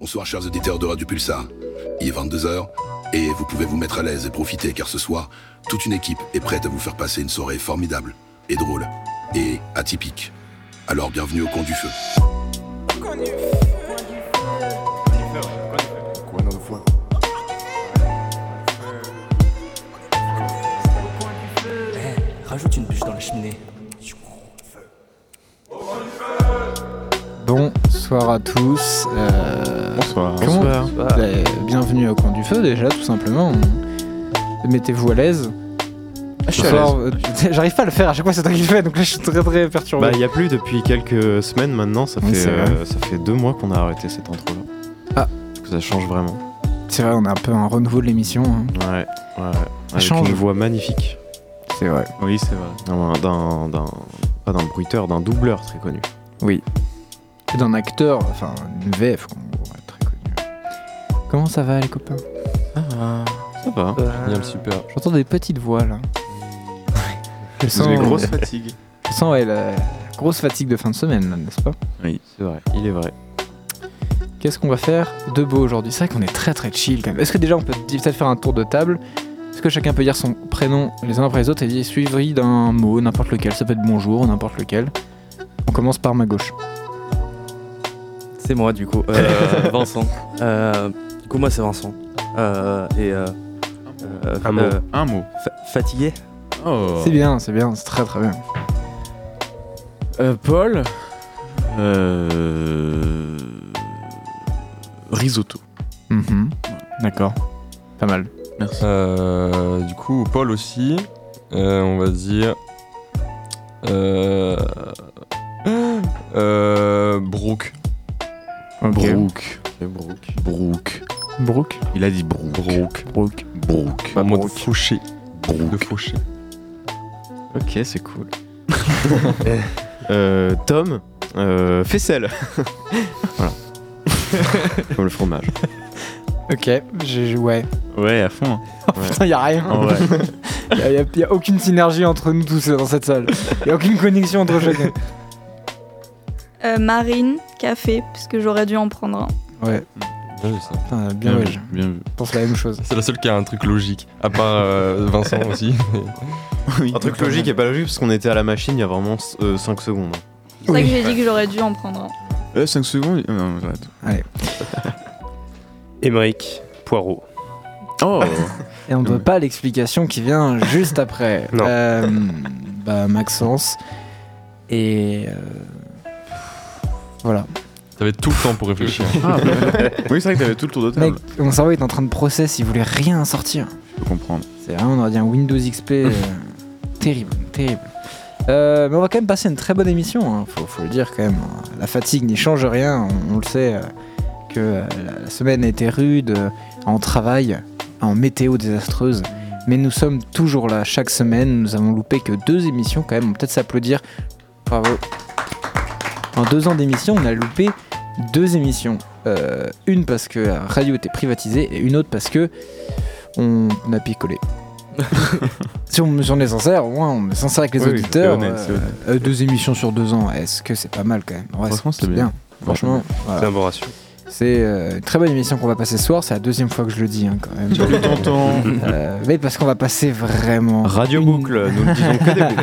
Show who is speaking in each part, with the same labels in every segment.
Speaker 1: Bonsoir chers auditeurs de Radio Pulsar. Il est 22h et vous pouvez vous mettre à l'aise et profiter car ce soir, toute une équipe est prête à vous faire passer une soirée formidable et drôle et atypique. Alors bienvenue au Coin du Feu.
Speaker 2: Rajoute une bûche dans la cheminée.
Speaker 3: Bonsoir à tous. euh,
Speaker 4: Bonsoir.
Speaker 3: comment- Bah, bienvenue au coin du feu déjà, tout simplement. Mettez-vous à l'aise.
Speaker 4: Ah, Je suis
Speaker 3: Ce
Speaker 4: à
Speaker 3: soir, euh, J'arrive pas à le faire, à chaque fois c'est toi qui le fais, donc là je suis très très
Speaker 4: Bah,
Speaker 3: perturbé.
Speaker 4: il n'y a plus depuis quelques semaines maintenant. Ça
Speaker 3: Oui,
Speaker 4: fait,
Speaker 3: c'est
Speaker 4: euh,
Speaker 3: vrai.
Speaker 4: ça fait deux mois qu'on a arrêté cette intro-là.
Speaker 3: Ah.
Speaker 4: Parce que ça change vraiment.
Speaker 3: c'est vrai, on a un peu un renouveau de l'émission. hein.
Speaker 4: Ouais, ouais. ouais. Avec
Speaker 3: change.
Speaker 4: une voix magnifique.
Speaker 3: C'est vrai.
Speaker 5: Oui, c'est vrai.
Speaker 4: D'un, d'un- d'un- pas d'un bruiteur, d'un doubleur très connu.
Speaker 3: Et D'un acteur, enfin une VF, qu'on voit très connue. Comment ça va les copains
Speaker 4: Ça va.
Speaker 5: Génial, super.
Speaker 3: J'entends des petites voix là. Je
Speaker 5: Vous
Speaker 3: sens,
Speaker 5: avez grosse fatigue.
Speaker 3: je sens, ouais, la grosse fatigue de fin de semaine là, n'est-ce pas
Speaker 4: C'est vrai, il est vrai.
Speaker 3: Qu'est-ce qu'on va faire de beau aujourd'hui C'est vrai qu'on est très très chill quand même. Est-ce que déjà on peut peut-être faire un tour de table Est-ce que chacun peut dire son prénom les uns après les autres et dire suivi d'un mot, n'importe lequel Ça peut être bonjour, n'importe lequel. On commence par ma gauche.
Speaker 6: C'est moi du coup, Euh, Vincent. Euh, du coup moi c'est Vincent. Euh, et euh, euh,
Speaker 5: Un mot.
Speaker 6: euh,
Speaker 5: Un mot.
Speaker 6: fa- fatigué
Speaker 5: Oh.
Speaker 3: C'est bien, c'est bien, c'est très très bien.
Speaker 5: Euh, Paul. Euh... Risotto.
Speaker 3: Mhm. D'accord. Pas mal.
Speaker 5: Merci.
Speaker 7: Euh, du coup, Paul aussi, Euh, on va dire. Euh, euh, Brooke.
Speaker 5: Brooke.
Speaker 4: Brooke.
Speaker 5: Brooke.
Speaker 3: Brooke
Speaker 5: Il a dit Brooke.
Speaker 7: Brooke.
Speaker 3: Brooke.
Speaker 5: Brooke.
Speaker 7: En mode
Speaker 3: Brooke.
Speaker 7: fauché. Le
Speaker 5: Brooke.
Speaker 7: fauché.
Speaker 4: Ok, c'est cool. Euh, Tom. Euh, Fessel. voilà. Comme le fromage.
Speaker 3: Ok, j'ai joué. Ouais. Oh,
Speaker 5: Ouais, à fond. hein.
Speaker 3: Putain, y a rien.
Speaker 5: En vrai.
Speaker 3: Y a, y a- y a aucune synergie entre nous tous dans cette salle. Y a aucune connexion entre chacun.
Speaker 8: Euh, marine, café, parce que j'aurais dû en prendre un.
Speaker 3: Ouais,
Speaker 7: Bien vu, ça.
Speaker 3: putain, bien, ouais,
Speaker 5: vu,
Speaker 3: je
Speaker 5: bien vu.
Speaker 3: pense la même chose.
Speaker 7: C'est la seule qui a un truc logique, à part euh, Vincent aussi.
Speaker 4: Un truc logique et pas logique parce qu'on était à la machine il y a vraiment 5 secondes. hein.
Speaker 8: C'est ça que j'ai dit que j'aurais dû en prendre un.
Speaker 4: Eh,
Speaker 5: Euh, 5 secondes. euh, Non, arrête.
Speaker 6: Émeric Poirot.
Speaker 5: Oh
Speaker 3: Et on ne doit pas l'explication qui vient juste après.
Speaker 6: Non.
Speaker 3: Euh, bah, Maxence. Et. euh, voilà.
Speaker 7: T'avais tout le temps pour réfléchir.
Speaker 5: Ah, ouais. Oui, c'est vrai que t'avais tout le tour de
Speaker 3: Mec,
Speaker 5: table.
Speaker 3: mon cerveau est en train de process, il voulait rien sortir.
Speaker 5: Je peux comprendre.
Speaker 3: C'est vraiment, on aurait dit un Windows XP. euh, terrible, terrible. Euh, mais on va quand même passer une très bonne émission, hein, faut, faut le dire quand même. La fatigue n'y change rien, on, on le sait euh, que euh, la, la semaine a été rude, euh, en travail, en météo désastreuse. Mais nous sommes toujours là chaque semaine, nous avons loupé que deux émissions quand même, on peut peut-être s'applaudir. Bravo. En deux ans d'émission, on a loupé deux émissions. Euh, une parce que la radio était privatisée et une autre parce que on a picolé. si on, si on est sincère, au moins on est sincère avec les
Speaker 5: Oui, oui,
Speaker 3: auditeurs.
Speaker 5: c'est honnête, c'est
Speaker 3: euh,
Speaker 5: honnête.
Speaker 3: euh, deux émissions sur deux ans, est-ce que c'est pas mal quand même Ouais,
Speaker 5: Franchement, c'est bien.
Speaker 3: Franchement, voilà.
Speaker 6: C'est un bon ratio.
Speaker 3: c'est euh, une très bonne émission qu'on va passer ce soir. C'est la deuxième fois que je le dis hein, quand même.
Speaker 5: Tu le t'entends.
Speaker 3: Euh, mais parce qu'on va passer vraiment.
Speaker 4: Radio
Speaker 3: une-
Speaker 4: boucle, nous ne disons que des boucles.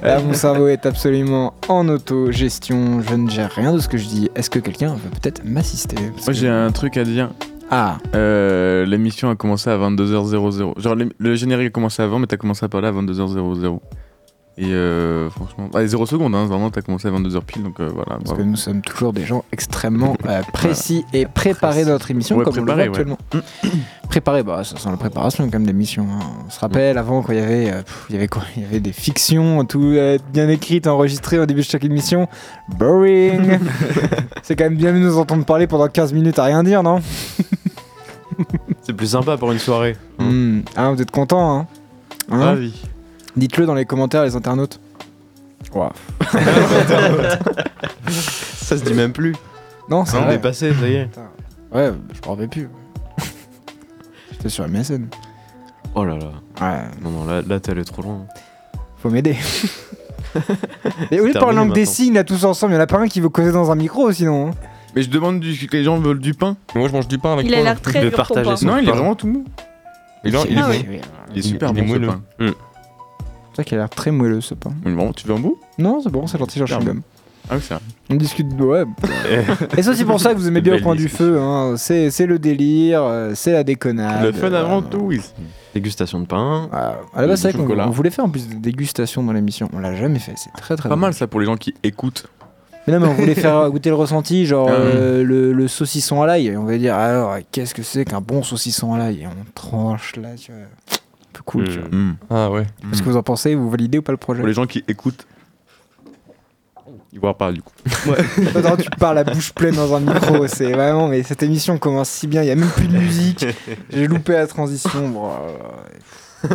Speaker 3: Là, mon cerveau est absolument en auto-gestion. Je ne gère rien de ce que je dis. Est-ce que quelqu'un veut peut-être m'assister
Speaker 5: Moi,
Speaker 3: Parce que-
Speaker 5: j'ai un truc à dire.
Speaker 3: Ah,
Speaker 5: Euh, l'émission a commencé à 22h00. Genre, l'é- le générique a commencé avant, mais t'as commencé à parler à 22h00. Et euh, franchement, ah, et 0 secondes, hein, vraiment, t'as commencé à 22h pile, donc euh, voilà.
Speaker 3: parce
Speaker 5: bravo.
Speaker 3: que nous sommes toujours des gens extrêmement euh, précis et préparés dans notre émission,
Speaker 5: Ouais,
Speaker 3: comme on le voit
Speaker 5: préparés, ouais. Mm.
Speaker 3: actuellement. Préparé, bah, ça sent la préparation quand même d'émission. hein. On se rappelle avant quand il y avait, euh, pff, il y avait quoi Il y avait des fictions, tout euh, bien écrites, enregistrées au début de chaque émission. Boring. C'est quand même bien mieux de nous entendre parler pendant 15 minutes à rien dire, non
Speaker 4: C'est plus sympa pour une soirée. hein.
Speaker 3: Hmm. Ah, vous êtes contents, hein Hein
Speaker 4: Ravi.
Speaker 3: Dites-le dans les commentaires, les internautes. Ouah.
Speaker 4: Ça se dit même plus.
Speaker 3: Non, c'est
Speaker 4: Ah, On
Speaker 3: vrai.
Speaker 4: est passé, ça y est.
Speaker 3: Ouais, je m'en rappelle plus. J'étais sur MSN.
Speaker 4: Oh là là.
Speaker 3: Ouais,
Speaker 4: Non, non, là, là t'es allé trop loin.
Speaker 3: faut m'aider. Et au
Speaker 4: terminé
Speaker 3: lieu de parler en langue des
Speaker 4: maintenant.
Speaker 3: signes, là, tous ensemble, y'en a pas un qui veut causer dans un micro, sinon. hein.
Speaker 5: Mais je demande du, que les gens veulent du pain.
Speaker 7: Moi, je mange du pain avec
Speaker 8: Il
Speaker 7: toi.
Speaker 8: a l'air très
Speaker 4: de
Speaker 8: dur ton
Speaker 4: partager
Speaker 8: pain.
Speaker 4: son-
Speaker 5: Non, il est
Speaker 4: pain.
Speaker 5: vraiment tout mou.
Speaker 7: Il, est- il est
Speaker 8: Ah ouais.
Speaker 7: bon.
Speaker 5: Il est
Speaker 7: Il-
Speaker 5: super
Speaker 7: il est
Speaker 5: bon ce
Speaker 7: moelleux.
Speaker 5: pain.
Speaker 3: C'est vrai qu'il a l'air très moelleux ce pain.
Speaker 5: Mais vraiment, tu veux un bout
Speaker 3: Non, c'est bon, c'est gentil, cherche
Speaker 5: Ah
Speaker 3: une gomme.
Speaker 5: Ah oui, c'est vrai.
Speaker 3: On discute de. Ouais. Et c'est aussi pour ça que vous aimez bien au
Speaker 4: Belle
Speaker 3: point du
Speaker 4: discussion.
Speaker 3: feu. Hein. C'est c'est le délire, euh, c'est la déconnade.
Speaker 5: Le fun
Speaker 3: euh,
Speaker 5: avant tout, oui.
Speaker 4: Dégustation de pain.
Speaker 3: Voilà. À la base, c'est
Speaker 5: Du
Speaker 3: vrai qu'on
Speaker 5: chocolat.
Speaker 3: on voulait faire en plus des dégustations dans l'émission. On l'a jamais fait, c'est très très
Speaker 5: Pas
Speaker 3: bon.
Speaker 5: mal ça pour les gens qui écoutent.
Speaker 3: Mais non, mais on voulait faire euh, goûter le ressenti, genre
Speaker 5: Ah oui.
Speaker 3: euh, le, le saucisson à l'ail. Et On va dire, alors, qu'est-ce que c'est qu'un bon saucisson à l'ail Et on tranche là, tu vois. Un peu cool, tu vois.
Speaker 4: Mm.
Speaker 5: Mm.
Speaker 7: Ah ouais.
Speaker 3: Qu'est-ce que vous en pensez Vous validez ou pas le projet
Speaker 5: Pour les gens qui écoutent.
Speaker 4: Il voit pas du coup.
Speaker 3: Attends, tu parles la bouche pleine dans un micro, c'est vraiment, mais cette émission commence si bien, il n'y a même plus de musique, j'ai loupé la transition, bon, euh,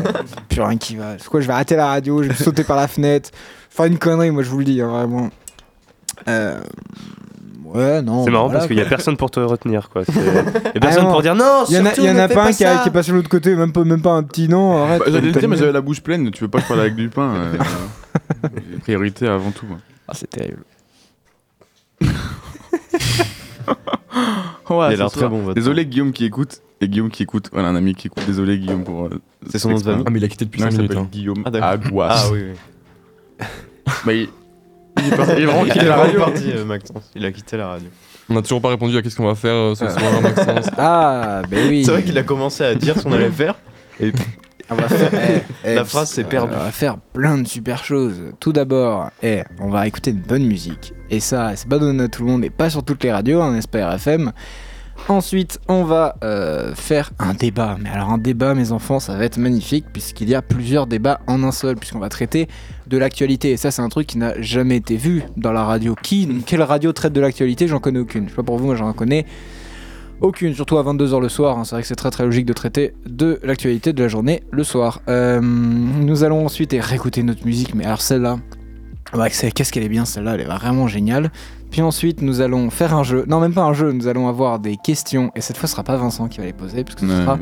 Speaker 3: plus rien qui va. C'est quoi, je vais arrêter la radio, je vais sauter par la fenêtre, faire une connerie, moi je vous le dis, hein, vraiment. Euh, ouais, non.
Speaker 9: C'est marrant
Speaker 3: voilà,
Speaker 9: parce qu'il y a personne pour te retenir quoi. C'est- Il y a
Speaker 3: Ah
Speaker 9: personne
Speaker 3: non.
Speaker 9: pour dire non.
Speaker 3: Il y en a,
Speaker 9: surtout,
Speaker 3: il y en
Speaker 9: ne
Speaker 3: a
Speaker 9: fais
Speaker 3: pas un qui, a-
Speaker 9: ça.
Speaker 3: qui est passé de l'autre côté, même pas, même pas un petit nom, arrête.
Speaker 5: Bah, J'allais le dire, mais j'avais la bouche pleine. Tu veux pas que je parle avec du pain. euh, euh, priorité avant tout. moi.
Speaker 3: Ah, c'est terrible.
Speaker 4: Il
Speaker 5: Ouais,
Speaker 4: a
Speaker 5: ce
Speaker 4: l'air
Speaker 5: soir.
Speaker 4: très bon. votre
Speaker 5: Désolé Guillaume qui écoute. Et Guillaume qui écoute. Voilà, un ami qui écoute. Désolé Guillaume pour. euh,
Speaker 4: C'est son nom de
Speaker 5: cette
Speaker 4: famille
Speaker 7: Ah, mais il a quitté depuis
Speaker 5: Non,
Speaker 7: 5
Speaker 5: il
Speaker 7: minutes.
Speaker 5: s'appelle
Speaker 7: hein.
Speaker 5: Guillaume
Speaker 4: Ah, d'accord.
Speaker 5: Aguas.
Speaker 4: pain. Ah oui, oui.
Speaker 5: Mais il, il est parti- il est vraiment
Speaker 4: Il
Speaker 5: quitté
Speaker 4: est
Speaker 5: la radio.
Speaker 4: parti, euh, Maxence. Il a quitté la radio.
Speaker 7: On a toujours pas répondu à qu'est-ce qu'on va faire euh,
Speaker 5: Ah.
Speaker 7: ce soir, Maxence.
Speaker 3: Ah, ben oui.
Speaker 4: C'est vrai qu'il a commencé à dire ce qu'on allait faire.
Speaker 3: On va faire- eh, eh,
Speaker 4: La phrase s'est
Speaker 3: euh,
Speaker 4: perdue.
Speaker 3: On va faire plein de super choses. Tout d'abord, eh, on va écouter de bonne musique. Et ça, c'est pas donné à tout le monde et pas sur toutes les radios, hein, n'est-ce pas RFM Ensuite, on va euh, faire un débat. Mais alors un débat, mes enfants, ça va être magnifique puisqu'il y a plusieurs débats en un seul, puisqu'on va traiter de l'actualité. Et ça, c'est un truc qui n'a jamais été vu dans la radio. Qui, quelle radio traite de l'actualité J'en connais aucune. Je sais pas pour vous, moi j'en connais aucune, surtout à 22h le soir. hein. C'est vrai que c'est très très logique de traiter de l'actualité de la journée le soir. Euh, nous allons ensuite eh, réécouter notre musique, mais alors celle-là, ouais, c'est- qu'est-ce qu'elle est bien celle-là, elle est vraiment géniale. Puis ensuite, nous allons faire un jeu. Non, même pas un jeu, nous allons avoir des questions. Et cette fois, ce sera pas Vincent qui va les poser, puisque ce sera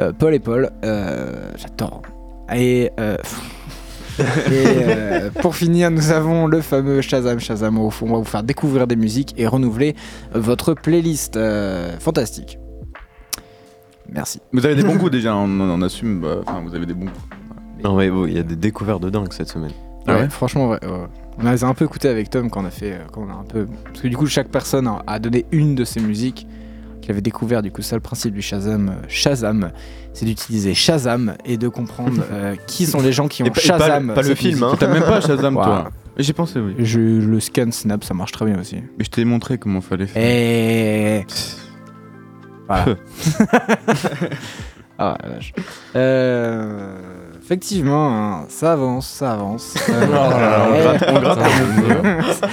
Speaker 3: euh, Paul et Paul. Euh, J'adore. Et, euh, et, euh, pour finir, nous avons le fameux Shazam Shazam. Au fond, on va vous faire découvrir des musiques et renouveler votre playlist. Euh, fantastique. Merci.
Speaker 5: Vous avez des bons goûts déjà. On, on- on assume. bah, Enfin, vous avez des bons goûts.
Speaker 4: Non, mais bon, il y a des découvertes de dingue cette semaine.
Speaker 5: Ah ouais
Speaker 3: franchement, ouais, ouais. on les a un peu écouté avec Tom quand on a fait, euh, quand on a un peu, parce que du coup, chaque personne a- a donné une de ses musiques qu'il avait découvert. Du coup, ça, le principe du Shazam, euh, Shazam, c'est d'utiliser Shazam et de comprendre euh, qui sont les gens qui
Speaker 4: Et
Speaker 3: ont
Speaker 4: pas- et pas le-
Speaker 3: Shazam.
Speaker 4: pas le
Speaker 3: cette
Speaker 4: film,
Speaker 3: musique.
Speaker 4: hein.
Speaker 5: T'as même pas Shazam,
Speaker 3: Wow.
Speaker 5: toi. Et J'ai pensé, oui.
Speaker 3: Je, le scan snap, ça marche très bien aussi.
Speaker 5: Mais je t'ai montré comment fallait faire.
Speaker 3: Et voilà. ah la vache. Euh, effectivement, hein, ça avance, ça avance. Euh,
Speaker 4: on
Speaker 3: eh,
Speaker 4: gratte, on gratte.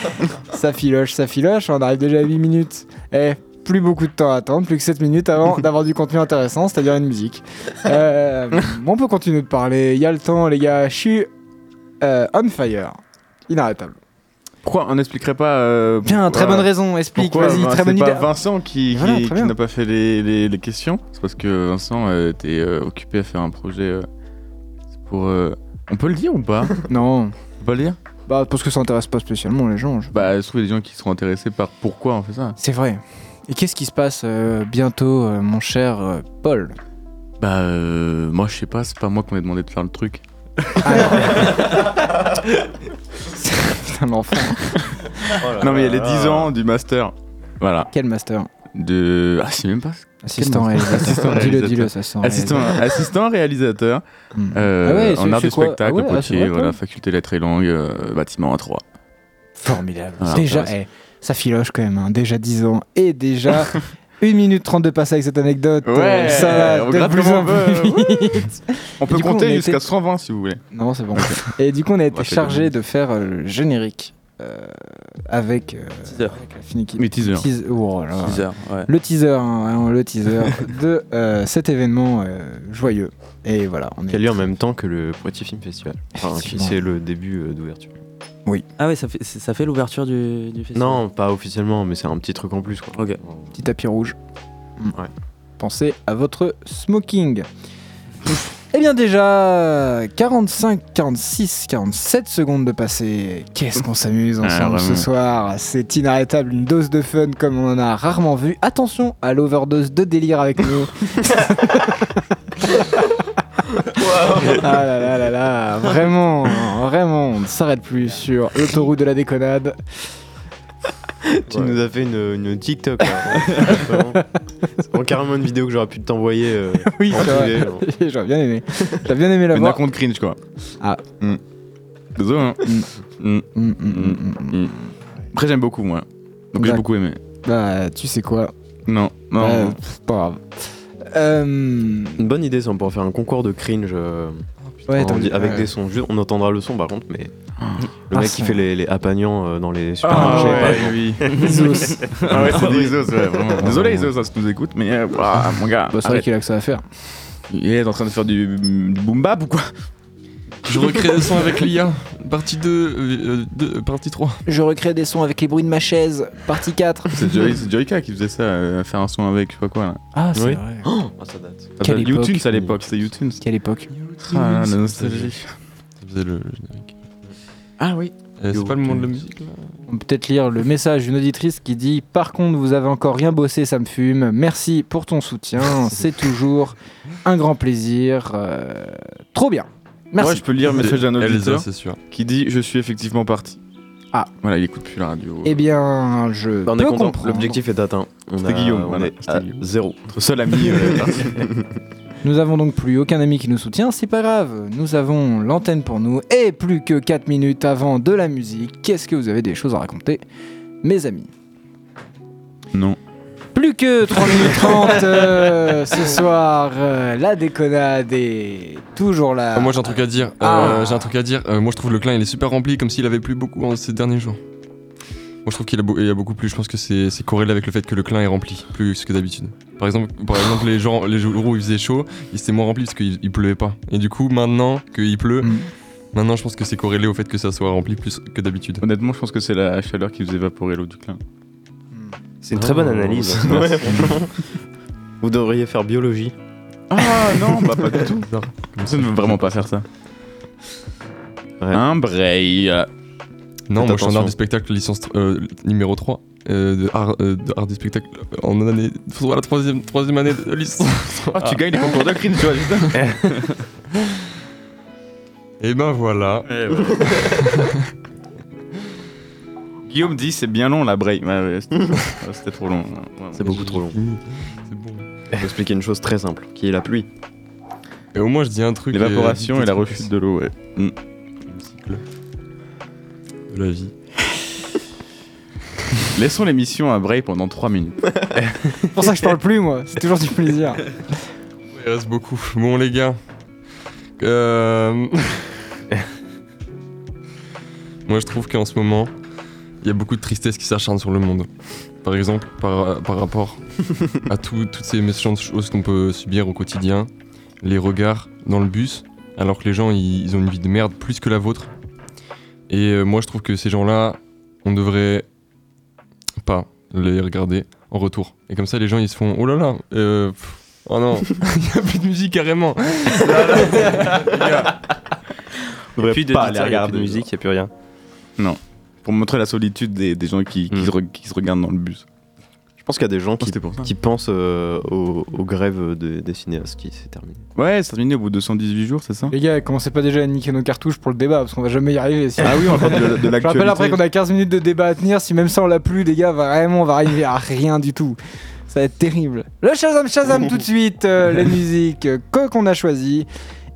Speaker 3: ça filoche, ça filoche. On arrive déjà à 8 minutes. Eh, plus beaucoup de temps à attendre, plus que 7 minutes avant d'avoir du contenu intéressant, c'est-à-dire une musique. Euh, on peut continuer de parler. Il y a le temps, les gars. Je suis euh, on fire. Inarrêtable.
Speaker 5: Pourquoi on n'expliquerait pas euh,
Speaker 3: Bien, très
Speaker 5: pourquoi-
Speaker 3: bonne raison. Explique,
Speaker 5: pourquoi,
Speaker 3: vas-y,
Speaker 5: ben,
Speaker 3: très bonne
Speaker 5: C'est
Speaker 3: idée.
Speaker 5: pas Vincent qui, qui-
Speaker 3: Voilà, très
Speaker 5: qui
Speaker 3: bien.
Speaker 5: n'a pas fait les, les- les questions. C'est parce que Vincent euh, était euh, occupé à faire un projet euh, c'est pour. euh, On peut le dire ou pas Ah. On
Speaker 3: Non.
Speaker 5: peut pas le dire
Speaker 3: Bah, parce que ça intéresse pas spécialement les gens. je-
Speaker 5: Bah, je trouve il y a des gens qui seront intéressés par pourquoi on fait ça.
Speaker 3: C'est vrai. Et qu'est-ce qui se passe euh, bientôt, euh, mon cher euh, Paul
Speaker 5: Bah, euh, moi je sais pas, c'est pas moi qu'on m'a demandé de faire le truc.
Speaker 3: Ah, non. Putain, l'enfant.
Speaker 5: non, mais il y a les 10 ans du master. Voilà.
Speaker 3: Quel master
Speaker 5: De. Ah, je sais même pas.
Speaker 3: Assistant
Speaker 5: Assistant
Speaker 3: réalisateur. Dis-le,
Speaker 5: réalisateur.
Speaker 3: dis-le, ça sent.
Speaker 5: Assistant, assistant réalisateur euh,
Speaker 3: Ah ouais, c'est-
Speaker 5: en art
Speaker 3: c'est
Speaker 5: du
Speaker 3: quoi
Speaker 5: spectacle,
Speaker 3: Ah ouais,
Speaker 5: à
Speaker 3: ah, c'est
Speaker 5: Poitiers,
Speaker 3: vrai,
Speaker 5: voilà,
Speaker 3: toi
Speaker 5: faculté lettres et langues, euh, bâtiment A3.
Speaker 3: Formidable.
Speaker 5: Ah,
Speaker 3: déjà,
Speaker 5: intéressant.
Speaker 3: eh, ça filoche quand même. hein. Déjà 10 ans et déjà 1 minute 32 passées avec cette anecdote. euh, ça va
Speaker 5: on
Speaker 3: de
Speaker 5: gratte
Speaker 3: plus
Speaker 5: comme
Speaker 3: en
Speaker 5: on veut.
Speaker 3: plus vite.
Speaker 5: On peut
Speaker 3: du coup, on
Speaker 5: compter
Speaker 3: était-
Speaker 5: jusqu'à 120 si vous voulez.
Speaker 3: Non, c'est bon. Et du coup, on a été
Speaker 5: fait
Speaker 3: chargé de faire euh, le générique euh, avec, euh,
Speaker 6: Teaser.
Speaker 3: avec la finiquine.
Speaker 5: Mais teaser.
Speaker 3: Tease- oh là là.
Speaker 6: Bizarre, ouais.
Speaker 3: Le teaser, hein, vraiment, le teaser de euh, cet événement euh, joyeux. Et voilà, on
Speaker 4: Qui a
Speaker 3: est.
Speaker 4: lieu en même temps que le Poitiers Film Festival. Enfin, qui-
Speaker 3: Effectivement.
Speaker 4: c'est le début euh, d'ouverture.
Speaker 6: Ah ouais, ça fait, c'est- ça fait l'ouverture du, du festival
Speaker 4: Non, pas officiellement, mais c'est un petit truc en plus. Quoi.
Speaker 6: Ok.
Speaker 5: Mm,
Speaker 3: Petit tapis rouge.
Speaker 4: Ouais.
Speaker 3: Pensez à votre smoking. Eh bien déjà, 45, 46, 47 secondes de passé. Qu'est-ce qu'on s'amuse ensemble
Speaker 5: Ah,
Speaker 3: ce
Speaker 5: vraiment.
Speaker 3: soir C'est inarrêtable, une dose de fun comme on en a rarement vu. Attention à l'overdose de délire avec nous. Ah là là là là, vraiment, vraiment, on ne s'arrête plus sur l'autoroute de la déconnade.
Speaker 4: Tu nous as fait une, une TikTok. là. Vraiment. C'est vraiment carrément une vidéo que j'aurais pu t'envoyer. euh,
Speaker 3: Oui,
Speaker 4: en
Speaker 3: c'est
Speaker 4: privé,
Speaker 3: vrai.
Speaker 4: genre.
Speaker 3: J'aurais bien aimé. J'aurais bien aimé la
Speaker 5: Mais d'un
Speaker 3: voir.
Speaker 5: compte cringe, quoi.
Speaker 3: Ah.
Speaker 5: Mm. Désolé, hein. Mm.
Speaker 3: Mm, mm, mm, mm.
Speaker 5: Mm. Après, j'aime beaucoup, moi. Donc, j'ai
Speaker 3: D'accord.
Speaker 5: beaucoup aimé.
Speaker 3: Bah, tu sais quoi
Speaker 5: Non, non.
Speaker 3: Bah, c'est pas grave. Euh,
Speaker 4: Une bonne idée, ça, on pourrait faire un concours de cringe euh,
Speaker 3: ouais,
Speaker 4: en-
Speaker 3: t'as-
Speaker 4: avec
Speaker 3: ouais.
Speaker 4: des sons. Juste, on entendra le son, par contre, mais le
Speaker 3: Ah,
Speaker 4: mec qui
Speaker 3: ça.
Speaker 4: fait les, les apagnants euh, dans les
Speaker 5: Ah,
Speaker 4: supermarchés. par exemple.
Speaker 5: ouais, oui.
Speaker 3: Zos.
Speaker 5: Ah ouais, c'est des Isos, ouais, vraiment. Désolé, Isos, hein, si tu nous écoutes, mais euh, ouah, mon gars.
Speaker 3: Bah, c'est vrai
Speaker 5: arrête.
Speaker 3: qu'il a que ça à faire.
Speaker 5: Il est en train de faire du, du boom bap ou quoi
Speaker 10: Je recrée le son avec l'IA. Partie 2, euh, deux- euh, partie 3.
Speaker 3: Je recrée des sons avec les bruits de ma chaise, partie 4.
Speaker 5: C'est Joy- c'est Joyka qui faisait ça, euh, faire un son avec, je sais pas quoi. Là. Oh!
Speaker 3: Ah, c'est
Speaker 4: Oui.
Speaker 3: vrai.
Speaker 4: Ah, ça date.
Speaker 5: Ça s'appelle
Speaker 3: Quelle époque.
Speaker 5: YouTunes à l'époque, c'était YouTunes.
Speaker 3: Quelle époque.
Speaker 5: Ah, la nostalgie.
Speaker 10: Ça faisait le, le générique.
Speaker 5: Ah oui.
Speaker 10: Euh,
Speaker 4: Yo,
Speaker 10: c'est pas le moment de la
Speaker 4: quel-
Speaker 10: musique là
Speaker 3: On peut peut-être lire le message d'une auditrice qui dit Par contre, vous avez encore rien bossé, ça me fume. Merci pour ton soutien. c'est toujours un grand plaisir. Euh, trop bien. Merci.
Speaker 5: Moi, je peux lire le message d'un
Speaker 10: Elsa,
Speaker 5: auditeur
Speaker 10: c'est sûr.
Speaker 5: qui dit Je suis effectivement parti.
Speaker 3: Ah.
Speaker 5: Voilà, il écoute plus la radio.
Speaker 3: Eh bien, je
Speaker 4: Bah, on est
Speaker 3: peux
Speaker 4: content,
Speaker 3: comprendre.
Speaker 4: l'objectif est atteint. On
Speaker 5: C'était
Speaker 4: a-
Speaker 5: Guillaume,
Speaker 4: Euh, on
Speaker 5: voilà,
Speaker 4: est
Speaker 5: c'était
Speaker 4: à
Speaker 5: Guillaume.
Speaker 4: zéro.
Speaker 5: Notre seul ami. euh, est parti.
Speaker 3: Nous avons donc plus aucun ami qui nous soutient, c'est pas grave, nous avons l'antenne pour nous et plus que 4 minutes avant de la musique. Qu'est-ce que vous avez des choses à raconter, mes amis
Speaker 5: non.
Speaker 3: Plus que 3 minutes 30 euh, ce soir, euh, la déconnade est toujours là.
Speaker 10: Ah, moi j'ai un truc à dire. Euh,
Speaker 3: Ah.
Speaker 10: J'ai un truc à dire. Euh, moi je trouve le clin il est super rempli comme s'il avait plu beaucoup en ces derniers jours. Moi je trouve qu'il a, beau- il a beaucoup plu. Je pense que c'est c'est corrélé avec le fait que le clin est rempli plus que d'habitude. Par exemple, par exemple les gens les jours où il faisait chaud, il s'était moins rempli parce qu'il il pleuvait pas. Et du coup maintenant qu'il pleut,
Speaker 3: Mm.
Speaker 10: maintenant je pense que c'est corrélé au fait que ça soit rempli plus que d'habitude.
Speaker 5: Honnêtement, je pense que c'est la chaleur qui faisait évaporer l'eau du clin.
Speaker 6: C'est une très bonne analyse.
Speaker 4: Ouais, franchement. Vous devriez faire biologie.
Speaker 5: Ah non, bah pas du tout.
Speaker 10: Non.
Speaker 5: Ça ne veut vraiment pas faire ça.
Speaker 4: Ouais.
Speaker 5: Un braille.
Speaker 10: Non,
Speaker 4: Faites
Speaker 10: moi je suis en
Speaker 4: attention.
Speaker 10: art du spectacle licence tr- euh, numéro 3 euh, de, art, euh, de art du spectacle en année. Faudra la troisième, troisième année de licence.
Speaker 5: Ah, tu gagnes les concours de cringe, tu vois, putain.
Speaker 10: Et ben voilà.
Speaker 5: Eh Guillaume dit c'est bien long la braille. Ouais, ouais, c'était- ouais, C'était trop long.
Speaker 4: C'est beaucoup trop long.
Speaker 10: C'est bon.
Speaker 4: Faut expliquer une chose très simple, qui est la pluie.
Speaker 10: Et au moins je dis un truc.
Speaker 5: L'évaporation et la rechute de l'eau, ouais.
Speaker 10: Le cycle de la vie.
Speaker 5: Laissons l'émission à braille pendant 3 minutes.
Speaker 3: C'est pour ça que je parle plus moi, c'est toujours du plaisir.
Speaker 10: Il reste beaucoup. Bon les gars. Euh... Moi je trouve qu'en ce moment, il y a beaucoup de tristesse qui s'acharne sur le monde. Par exemple, par, par rapport à tout- toutes ces méchantes choses qu'on peut subir au quotidien, les regards dans le bus, alors que les gens ils, ils ont une vie de merde plus que la vôtre. Et euh, moi je trouve que ces gens-là, on devrait pas les regarder en retour. Et comme ça les gens ils se font oh là là, euh, pff, oh non, il y a plus de musique carrément.
Speaker 4: On devrait
Speaker 9: Puis de
Speaker 4: pas
Speaker 9: guitare,
Speaker 4: aller
Speaker 9: il y a plus
Speaker 4: regarder.
Speaker 9: de musique, il n'y a plus rien.
Speaker 5: Pour montrer la solitude des, des gens qui, qui
Speaker 4: Mm.
Speaker 5: se re- qui se regardent dans le bus.
Speaker 4: Je pense qu'il y a des gens qui,
Speaker 5: C'était pour ça.
Speaker 4: qui pensent euh, aux, aux grèves de- des cinéastes qui s'est terminé.
Speaker 5: Ouais, c'est terminé au bout de 118 jours, c'est ça
Speaker 3: Les gars, commencez pas déjà à niquer nos cartouches pour le débat parce qu'on va jamais y arriver. sinon.
Speaker 5: Ah oui, on va parler de, de
Speaker 3: Je rappelle après
Speaker 5: l'actualité.
Speaker 3: qu'on a 15 minutes de débat à tenir, si même ça on l'a plus, les gars, vraiment on va arriver à rien du tout. Ça va être terrible. Le Shazam Shazam tout de suite, euh, la musique euh, que qu'on a choisi.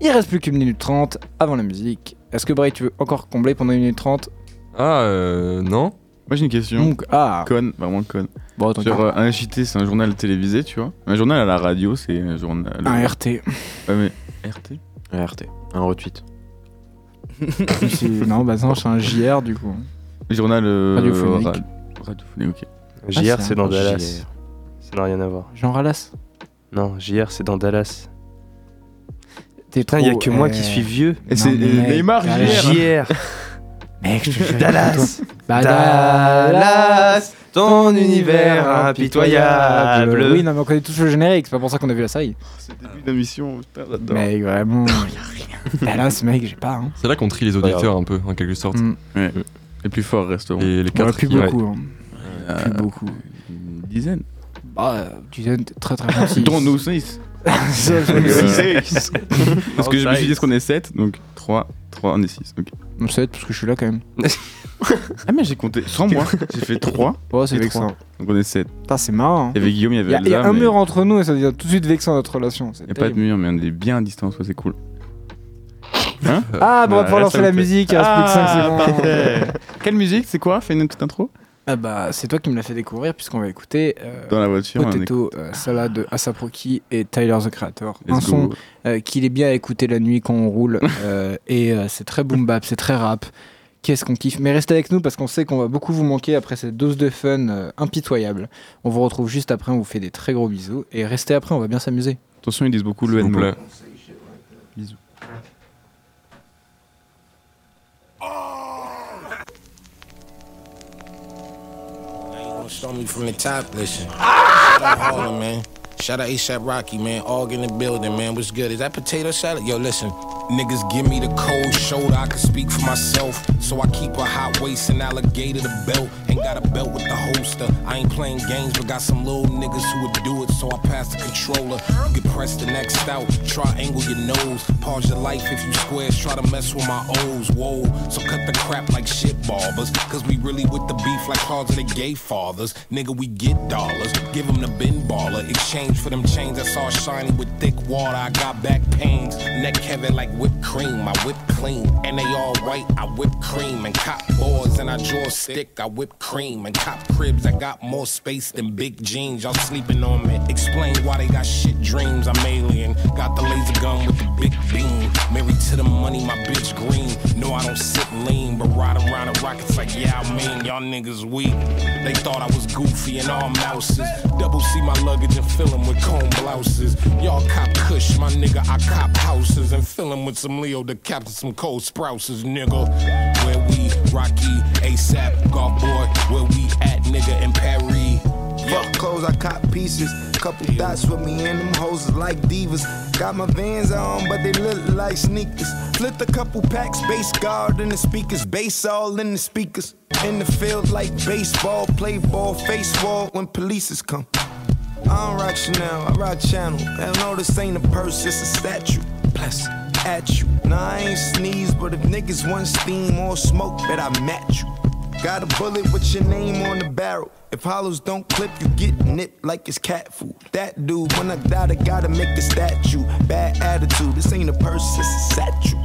Speaker 3: Il reste plus qu'une minute trente avant la musique. Est-ce que Bray, tu veux encore combler pendant une minute trente
Speaker 10: Ah euh, non.
Speaker 5: Moi j'ai une question.
Speaker 3: Donc, ah,
Speaker 5: Con, vraiment con.
Speaker 3: bon, attends,
Speaker 5: Sur euh, un JT, c'est un journal télévisé, tu vois. Un journal à la radio, c'est un journal.
Speaker 3: un RT.
Speaker 5: Ouais, mais RT
Speaker 4: Un RT, un retweet.
Speaker 3: C'est- non, bah non, c'est un JR du coup.
Speaker 5: Journal. euh,
Speaker 3: Radiophonique.
Speaker 5: ra- radiophonique, ok.
Speaker 9: Ah,
Speaker 3: Ah, c'est
Speaker 6: JR, c'est dans
Speaker 3: un
Speaker 6: Dallas. Ça n'a rien à voir.
Speaker 3: Jean Ralas.
Speaker 6: Non, JR, c'est dans Dallas.
Speaker 3: T'es
Speaker 6: Putain, il n'y a que moi qui suis vieux.
Speaker 5: Et c'est
Speaker 3: Eh. mais mec,
Speaker 5: Neymar
Speaker 3: t'as
Speaker 5: JR.
Speaker 6: JR
Speaker 3: Mec, je te jure,
Speaker 4: Dallas.
Speaker 3: Bah,
Speaker 4: Dallas, ton univers impitoyable.
Speaker 3: Oui, non, mais on connaît tous le générique, c'est pas pour ça qu'on a vu la série.
Speaker 5: Ah, C'est le début de la mission, putain, j'adore.
Speaker 3: Mec, vraiment. Dallas, mec, j'ai pas. Hein.
Speaker 10: C'est là qu'on trie les auditeurs un peu, en quelque sorte.
Speaker 3: Mm.
Speaker 5: Ouais. Les plus forts resteront.
Speaker 10: Et les
Speaker 3: On
Speaker 10: quatre
Speaker 3: a plus
Speaker 10: qui- ouais.
Speaker 3: beaucoup. hein.
Speaker 5: Euh,
Speaker 3: Plus beaucoup.
Speaker 5: Une dizaine.
Speaker 3: Bah, euh, tu donnes très très gentil.
Speaker 5: Dont nous six. Parce que je me suis dit qu'on est 7, donc 3, 3, on est 6. Ok.
Speaker 3: On le sait parce que je suis là quand même.
Speaker 5: Ah, mais j'ai compté sans moi. J'ai fait 3,
Speaker 3: Oh, c'est
Speaker 5: Les
Speaker 3: vexant.
Speaker 5: donc on est 7.
Speaker 3: Putain, c'est marrant. hein.
Speaker 5: Et avec Guillaume, il y
Speaker 3: Il
Speaker 5: avait
Speaker 3: y a, il y a
Speaker 5: Elsa,
Speaker 3: un
Speaker 5: mais
Speaker 3: mur entre nous et ça devient tout de suite vexant notre relation. c'est
Speaker 5: Il n'y a pas de mur,
Speaker 3: terrible.
Speaker 5: mais on est bien à distance, ouais, c'est cool.
Speaker 3: Ah, bon, on va
Speaker 5: Bah,
Speaker 3: pouvoir
Speaker 5: là,
Speaker 3: lancer
Speaker 5: ça
Speaker 3: la
Speaker 5: me plaît.
Speaker 3: musique. Il reste plus que cinq secondes.
Speaker 5: Ah, Quelle musique C'est quoi Fais une petite intro
Speaker 3: Ah bah, c'est toi qui me l'as fait découvrir puisqu'on va écouter euh,
Speaker 5: Dans la voiture. on écoute.
Speaker 3: Potato euh, Salad de Asaproki et Tyler the Creator.
Speaker 5: Let's
Speaker 3: un
Speaker 5: go.
Speaker 3: son euh, qu'il est bien à écouter la nuit quand on roule euh, et euh, c'est très boom bap, c'est très rap. Qu'est-ce qu'on kiffe Mais restez avec nous parce qu'on sait qu'on va beaucoup vous manquer après cette dose de fun euh, impitoyable. On vous retrouve juste après, on vous fait des très gros bisous et restez après, on va bien s'amuser.
Speaker 5: Attention, ils disent beaucoup le
Speaker 10: S'il vous
Speaker 5: N-mot.
Speaker 10: plaît.
Speaker 11: Don't show me from the top, listen. Shout out Harlem, man. Shout out ASAP Rocky, man. All in the building, man. What's good? Is that potato salad? Yo, listen. Niggas give me the cold shoulder. I can speak for myself. So I keep a hot waist and alligator the belt. Ain't got a belt with the holster. I ain't playing games, but got some little niggas who would do it. So I pass the controller. You can press the next out. Triangle your nose. Pause your life if you squares. Try to mess with my O's. Whoa. So cut the crap like shit barbers. Cause we really with the beef like cars of the gay fathers. Nigga, we get dollars. Give them the bin baller. Exchange for them chains I saw shiny with thick water. I got back pains. Neck heavy like whipped cream. I whip clean. And they all white. I whip cream. And cop boards and I draw stick. I whip cream. And cop cribs. I got more space than big jeans. Y'all sleeping on me. Explain why they got shit dreams. I'm alien. Got the laser gun with the big beam. Married to the money. My bitch green. No, I don't sit lean. But ride around in rockets like yeah, I mean. Y'all niggas weak. They thought I was goofy and all mouses. Double C my luggage and fill 'em with comb blouses. Y'all cop cush, my nigga. I cop houses and fill 'em with some Leo DiCap and some cold sprouses, nigga. Where we Rocky, ASAP, golf boy. Where we at, nigga, in Paris.
Speaker 12: Fuck clothes, I cop pieces. Couple dots with me and them hoes is like divas. Got my vans on, but they look like sneakers. Flipped a couple packs, bass guard in the speakers, bass all in the speakers. In the field like baseball, play ball, face wall when polices come. I don't rock Chanel, I rock Channel. Hell no, this ain't a purse, it's a statue. Bless at you. Nah, I ain't sneeze, but if niggas want steam or smoke, bet I match you. Got a bullet with your name on the barrel. If hollows don't clip, you get nipped like it's cat food. That dude, when I die, I gotta make a statue. Bad attitude, this ain't a purse, it's a satchel.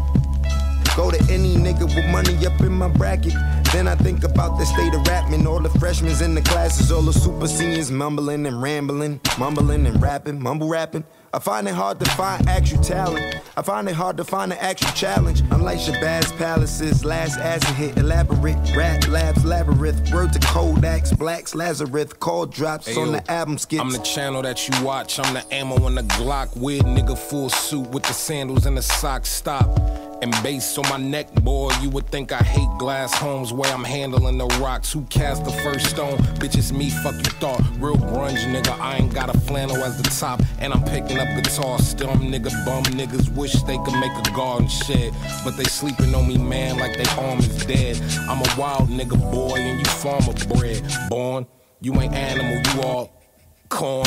Speaker 12: Go to any nigga with money up in my bracket. Then I think about the state of rapping. All the freshmen in the classes, all the super seniors mumbling and rambling, mumbling and rapping, mumble rapping. I find it hard to find actual talent. I find it hard to find an actual challenge. Unlike Shabazz Palace's last acid hit, elaborate rap labs, labyrinth, word to Kodaks, Blacks, Lazarus, call drops
Speaker 11: Ayo,
Speaker 12: on the album skits.
Speaker 11: I'm the channel that you watch. I'm the ammo on the Glock. Weird nigga, full suit with the sandals and the socks. Stop. And bass on my neck, boy. You would think I hate glass homes where I'm handling the rocks. Who cast the first stone? Bitch, it's me, fuck you thought. Real grunge, nigga. I ain't got a flannel as the top. And I'm picking up guitar. Still, nigga, bum niggas wish they could make a garden shed. But they sleeping on me, man, like they arm is dead. I'm a wild nigga, boy, and you farmer bred. Born, you ain't animal, you all corn.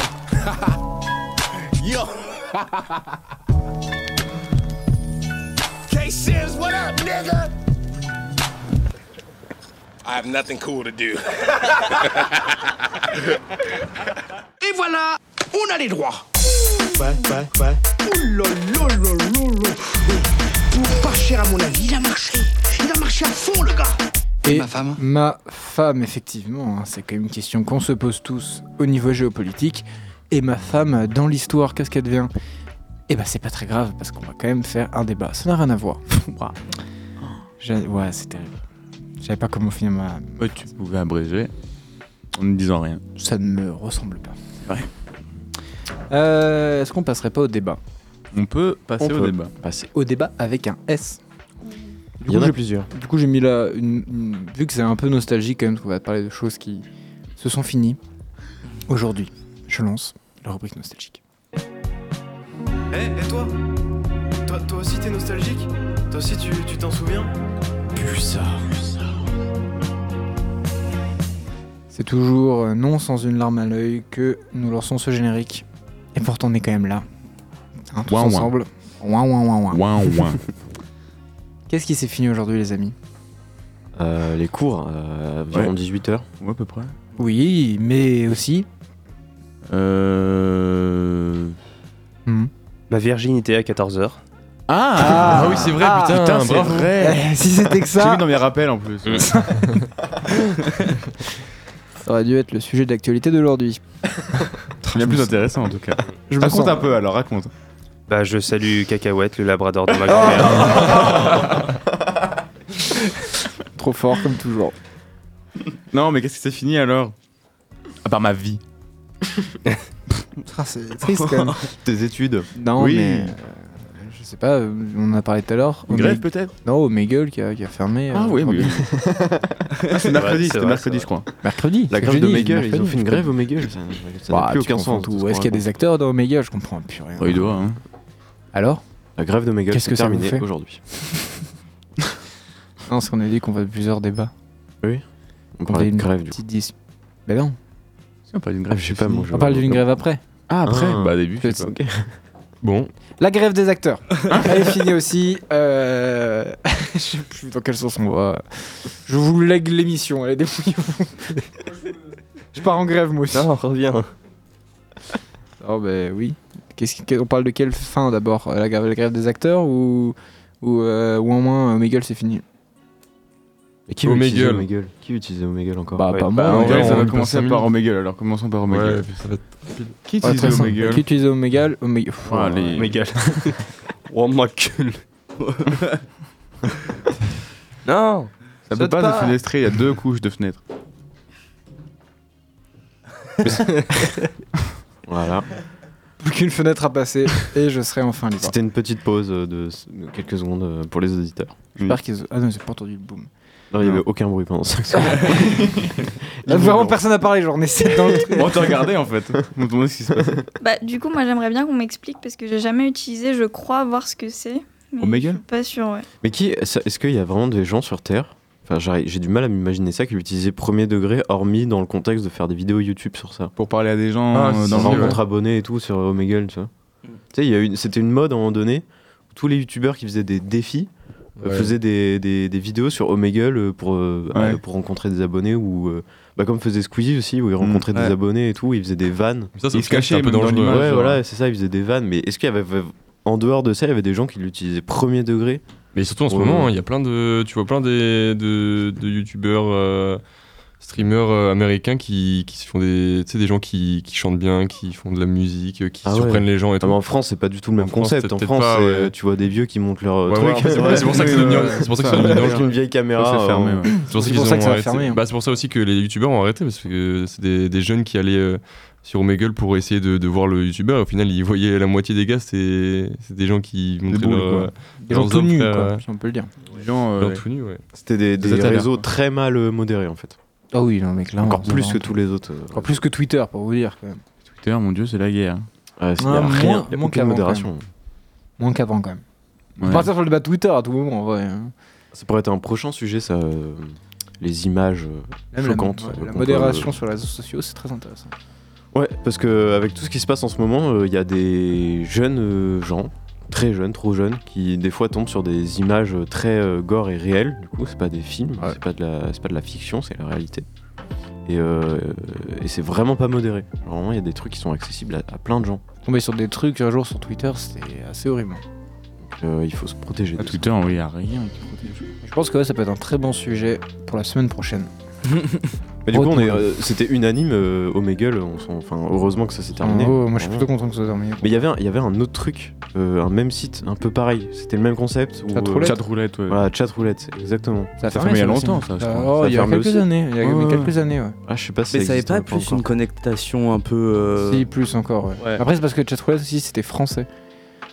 Speaker 11: Yo. K Sims, what up, nigga? I have nothing cool to do.
Speaker 13: Et voilà, on a les droits. Ouais, ouais, ouais. Ouh là là là là là. Pour pas cher à mon avis, il a marché. Il a marché à fond, le gars.
Speaker 3: Et ma femme Ma femme, effectivement, hein, c'est quand même une question qu'on se pose tous au niveau géopolitique. Et ma femme, dans l'histoire, qu'est-ce qu'elle devient Eh ben, c'est pas très grave parce qu'on va quand même faire un débat. Ça n'a rien à voir. Ouah. J'ai- Ouais, c'est terrible. Je savais pas comment finir ma.
Speaker 5: Ouais, tu pouvais abréger en ne disant rien.
Speaker 3: Ça ne me ressemble pas.
Speaker 5: Ouais.
Speaker 3: Euh, Est-ce qu'on passerait pas au débat
Speaker 5: On peut passer
Speaker 3: On
Speaker 5: au
Speaker 3: peut
Speaker 5: débat.
Speaker 3: Passer au débat avec un S. Du
Speaker 4: Il y en a
Speaker 3: j'ai-
Speaker 4: plusieurs.
Speaker 3: Du coup, j'ai mis là une, une- Vu que c'est un peu nostalgique, quand même, on va parler de choses qui se sont finies. Aujourd'hui, je lance la rubrique nostalgique.
Speaker 14: Eh, eh, toi Toi, toi aussi t'es nostalgique Toi aussi tu tu t'en souviens Puissard.
Speaker 3: C'est toujours euh, non sans une larme à l'œil que nous lançons ce générique. Et pourtant, on est quand même là. Hein, tous
Speaker 5: Ouin, ouin.
Speaker 3: ensemble. Ouin, ouin, ouin, ouin.
Speaker 5: Ouin, ouin.
Speaker 3: Qu'est-ce qui s'est fini aujourd'hui, les amis
Speaker 4: Euh, les cours, euh, environ
Speaker 3: Ouais.
Speaker 4: 18h.
Speaker 5: Ouais, à peu près.
Speaker 3: Oui, mais aussi.
Speaker 5: Euh.
Speaker 9: Ma virginité à
Speaker 5: Ah,
Speaker 9: 14h.
Speaker 3: Hmm. Ah,
Speaker 5: ah oui, c'est vrai,
Speaker 3: ah,
Speaker 5: putain,
Speaker 3: putain, c'est
Speaker 5: bravo.
Speaker 9: Eh,
Speaker 5: Eh,
Speaker 3: vrai. Si c'était que ça.
Speaker 5: J'ai vu dans mes rappels en plus.
Speaker 3: Ça aurait dû être le sujet d'actualité d'aujourd'hui.
Speaker 5: Bien plus intéressant en tout cas.
Speaker 3: Je me
Speaker 5: raconte
Speaker 3: sens-
Speaker 5: un peu alors, raconte.
Speaker 9: Bah, je salue Cacahuète, le labrador de ma grand-mère.
Speaker 3: Trop fort comme toujours.
Speaker 5: Non, mais qu'est-ce que c'est fini alors À part ma vie.
Speaker 3: Ah, c'est triste quand même.
Speaker 5: Tes études.
Speaker 3: Non,
Speaker 5: Oui.
Speaker 3: mais. euh, je sais pas, euh, on en a parlé tout à l'heure.
Speaker 5: Une
Speaker 3: Omeg-
Speaker 5: grève, peut-être
Speaker 3: Non, Omegle qui a, qui a fermé. euh,
Speaker 5: Ah oui,
Speaker 3: aujourd'hui.
Speaker 5: Ah, c'est mercredi, c'était mercredi, je crois.
Speaker 3: Mercredi
Speaker 4: La
Speaker 3: c'est
Speaker 4: grève de
Speaker 3: jeudi,
Speaker 4: Meggle,
Speaker 3: c'est
Speaker 4: ils ont fait une
Speaker 3: mercredi.
Speaker 4: grève au Meggle. Ça ça n'a
Speaker 3: Bah,
Speaker 4: plus
Speaker 3: tu
Speaker 4: aucun
Speaker 3: comprends
Speaker 4: sens.
Speaker 3: tout. Est-ce qu'il y a des acteurs dans Omegle Je comprends plus rien.
Speaker 5: il doit, hein.
Speaker 3: Alors
Speaker 4: La grève de Meggle,
Speaker 3: Qu'est-ce
Speaker 4: c'est
Speaker 3: que ça vous
Speaker 4: terminé
Speaker 3: fait
Speaker 4: aujourd'hui.
Speaker 3: Non, parce qu'on a dit qu'on va de plusieurs débats.
Speaker 4: Oui. On
Speaker 3: a
Speaker 4: parlait
Speaker 3: une
Speaker 4: de grève, du coup.
Speaker 3: petite dis- Ben non.
Speaker 5: Si on parle d'une grève,
Speaker 4: je sais pas, moi. je-
Speaker 3: On parle d'une grève après.
Speaker 5: Ah, après
Speaker 4: Ah.
Speaker 5: Bah, début, je sais
Speaker 3: C'est-
Speaker 5: pas.
Speaker 10: Bon.
Speaker 3: La grève des acteurs.
Speaker 4: Hein
Speaker 3: Elle est finie aussi. Euh... je sais plus dans quel sens on va. Je vous lègue l'émission. Allez, débrouillez-vous. je pars en grève, moi aussi.
Speaker 4: Non, reviens.
Speaker 3: Oh, ben oui. Qu'est-ce qui- On parle de quelle fin d'abord Euh, la grève, la grève des acteurs ou, ou, euh, ou au moins euh, Omegle, c'est fini
Speaker 4: Mais qui
Speaker 10: Au
Speaker 4: utilisait
Speaker 10: Meggle.
Speaker 4: Omegle Qui utilisait Omegle encore
Speaker 3: Bah, pas moi.
Speaker 5: Ah, en
Speaker 3: Omegle,
Speaker 5: vrai, ça
Speaker 3: on
Speaker 5: va
Speaker 3: passe
Speaker 5: commencer
Speaker 3: cinq
Speaker 5: par
Speaker 3: minutes.
Speaker 5: Omegle alors, commençons par Omegle.
Speaker 10: Ouais, puis ça va être pile.
Speaker 5: Qui
Speaker 3: Ah,
Speaker 5: utilise
Speaker 3: très simple.
Speaker 5: Omegle
Speaker 3: Qui utilise Omegle Omegle.
Speaker 5: Ah, les-
Speaker 9: Omegle. Oh, ma gueule.
Speaker 6: Non
Speaker 5: Ça peut
Speaker 6: Saute
Speaker 5: pas,
Speaker 6: pas.
Speaker 5: se fenestrer, il y a deux couches de fenêtre.
Speaker 4: Voilà.
Speaker 3: Plus qu'une fenêtre à passer et je serai enfin libre.
Speaker 4: C'était une petite pause euh, de s- de quelques secondes euh, pour les auditeurs.
Speaker 3: J'espère qu'ils. Ah non, j'ai pas entendu le boom.
Speaker 4: Non, il n'y avait aucun bruit pendant 5 secondes.
Speaker 3: Là, vraiment, personne n'a parlé. Genre, on essaie dans le truc.
Speaker 5: On t'a regardé
Speaker 4: hein.
Speaker 5: en fait. On te demandait ce qui se passait.
Speaker 8: Bah, du coup, moi j'aimerais bien qu'on m'explique parce que j'ai jamais utilisé, je crois voir ce que c'est.
Speaker 5: Oh,
Speaker 8: mais
Speaker 4: Omegle
Speaker 8: Je suis pas sûre, ouais.
Speaker 4: Mais qui ça- Est-ce qu'il y a vraiment des gens sur Terre Enfin, j'arrive- j'ai du mal à m'imaginer ça qui l'utilisaient premier degré, hormis dans le contexte de faire des vidéos YouTube sur ça.
Speaker 5: Pour parler à des gens
Speaker 4: Ah,
Speaker 5: euh,
Speaker 4: si,
Speaker 5: dans
Speaker 4: si,
Speaker 5: le
Speaker 4: rencontre abonnés et tout sur Omegle, tu vois. Tu sais, il y a une- c'était une mode à un moment donné où tous les youtubeurs qui faisaient des défis euh,
Speaker 5: Ouais.
Speaker 4: faisaient des, des- des vidéos sur Omegle euh, pour, euh,
Speaker 5: Ouais. Mm.
Speaker 4: euh, pour rencontrer des abonnés ou. euh, bah, comme faisait Squeezie aussi, où il rencontrait
Speaker 5: ouais.
Speaker 4: des abonnés et tout, il faisait des vannes.
Speaker 10: Ça, ça
Speaker 5: Il
Speaker 10: se
Speaker 5: se
Speaker 10: cache,
Speaker 5: cachait
Speaker 10: c'est un peu
Speaker 5: même dans
Speaker 10: dangereux.
Speaker 5: l'image.
Speaker 4: Ouais,
Speaker 5: genre.
Speaker 4: voilà, c'est ça, il faisait des vannes. Mais est-ce qu'il y avait. En dehors de ça, il y avait des gens qui l'utilisaient premier degré.
Speaker 10: Mais surtout en ce
Speaker 4: Ouais.
Speaker 10: moment, il y a plein de. Tu vois plein des, de, de youtubeurs, euh, streamers euh, américains qui, qui se font des. Tu sais, des gens qui, qui chantent bien, qui font de la musique, euh, qui
Speaker 4: Ah ouais.
Speaker 10: surprennent les gens et
Speaker 4: Ah,
Speaker 10: tout.
Speaker 4: mais en France, c'est pas du tout le même
Speaker 10: France,
Speaker 4: concept.
Speaker 10: c'est
Speaker 4: En
Speaker 10: peut-être
Speaker 4: France,
Speaker 10: pas,
Speaker 4: c'est,
Speaker 10: ouais.
Speaker 4: euh, tu vois des vieux qui montent leur euh,
Speaker 10: Ouais,
Speaker 4: truc.
Speaker 10: ouais, c'est pour- c'est pour ça que c'est devenu
Speaker 5: Euh,
Speaker 10: un- c'est pour ça que c'est devenu dangereux.
Speaker 4: Une vieille caméra.
Speaker 5: Ça, c'est fermé,
Speaker 4: euh,
Speaker 5: ouais.
Speaker 10: C'est pour ça
Speaker 3: Ah, C'est
Speaker 10: qu'ils
Speaker 3: pour ça
Speaker 10: ont
Speaker 3: que ça a
Speaker 10: arrêté.
Speaker 3: fermé, hein.
Speaker 10: Bah, c'est pour ça aussi que les youtubeurs ont arrêté parce que c'est des, des jeunes qui allaient euh, sur Omegle pour essayer de, de voir le youtubeur. et Au final, ils voyaient la moitié des gars, c'est c'est des gens qui montraient
Speaker 5: boules,
Speaker 10: leur,
Speaker 5: quoi.
Speaker 10: euh,
Speaker 3: Des gens
Speaker 10: leurs
Speaker 3: tout nus,
Speaker 10: offres,
Speaker 3: quoi,
Speaker 10: euh,
Speaker 3: si on peut le dire.
Speaker 5: Les gens. euh,
Speaker 10: leurs
Speaker 5: ouais.
Speaker 10: tout nus, ouais.
Speaker 4: C'était des,
Speaker 5: Des
Speaker 4: des
Speaker 5: attaques,
Speaker 4: réseaux
Speaker 5: quoi.
Speaker 4: très mal euh, modérés en fait.
Speaker 3: Ah oui, non, mais clairement.
Speaker 4: Encore
Speaker 3: ça
Speaker 4: plus
Speaker 3: va.
Speaker 4: que tous les autres. euh,
Speaker 3: Encore plus que Twitter, pour vous dire, quand même.
Speaker 5: Putain, mon dieu, c'est la guerre.
Speaker 4: Ouais, c'est- y
Speaker 3: Ah,
Speaker 4: a
Speaker 3: moins-
Speaker 4: rien, y a
Speaker 3: moins
Speaker 4: aucune
Speaker 3: qu'avant,
Speaker 4: modération.
Speaker 3: Moins qu'avant, quand même. On
Speaker 5: Ouais.
Speaker 3: peut partir sur le débat Twitter à tout moment, en vrai. hein.
Speaker 4: Ça pourrait être un prochain sujet, ça. euh, les images euh,
Speaker 3: Même la-
Speaker 4: choquantes.
Speaker 3: ouais,
Speaker 4: euh,
Speaker 3: La,
Speaker 4: qu'on peut-
Speaker 3: modération sur les réseaux sociaux, c'est très intéressant.
Speaker 4: Ouais, parce que euh, avec tout ce qui se passe en ce moment, euh, il y a des jeunes euh, gens, très jeunes, trop jeunes, qui des fois tombent sur des images euh, très euh, gore et réelles. Du coup, c'est pas des films, c'est pas de la, c'est pas de la fiction, c'est la réalité. Et, euh, et c'est vraiment pas modéré. Genre, Vraiment, il y a des trucs qui sont accessibles à, à plein de gens.
Speaker 3: Tomber sur des trucs un jour sur Twitter, c'était assez horrible. hein.
Speaker 4: Donc, euh, il faut se protéger.
Speaker 5: À
Speaker 4: de ça.
Speaker 5: Twitter, oui, il y a rien qui protège.
Speaker 3: Je pense que ouais, ça peut être un très bon sujet pour la semaine prochaine.
Speaker 4: Mais du coup, on est,
Speaker 3: Retenons.
Speaker 4: euh, c'était unanime euh, au Meggle. on s'en- Enfin, heureusement que ça s'est terminé.
Speaker 3: En gros, Ah moi, je suis
Speaker 4: Vraiment.
Speaker 3: plutôt content que ça soit terminé.
Speaker 4: Mais il y avait un- il y avait un autre truc, euh, un même site, un peu pareil. C'était le même concept. où,
Speaker 3: Chat
Speaker 4: euh,
Speaker 3: roulette.
Speaker 5: Chat roulette, ouais.
Speaker 4: Voilà, chat roulette, exactement.
Speaker 3: Ça a
Speaker 5: Ça fermé il y a
Speaker 3: ça aussi.
Speaker 5: longtemps, ça, je
Speaker 3: Ah,
Speaker 5: crois.
Speaker 3: oh,
Speaker 4: Ça
Speaker 3: il y a
Speaker 4: ferme
Speaker 3: quelques
Speaker 4: aussi.
Speaker 3: années. Il y a
Speaker 4: Ouais,
Speaker 3: mais
Speaker 4: ouais.
Speaker 3: quelques années, ouais.
Speaker 4: Ah, je sais pas si
Speaker 6: Mais ça avait
Speaker 4: existe
Speaker 6: pas
Speaker 4: encore
Speaker 6: plus
Speaker 4: encore.
Speaker 6: une connectation un peu. euh,
Speaker 3: Si, plus encore, ouais.
Speaker 6: ouais.
Speaker 3: Après, c'est parce que Chatroulette aussi, c'était français.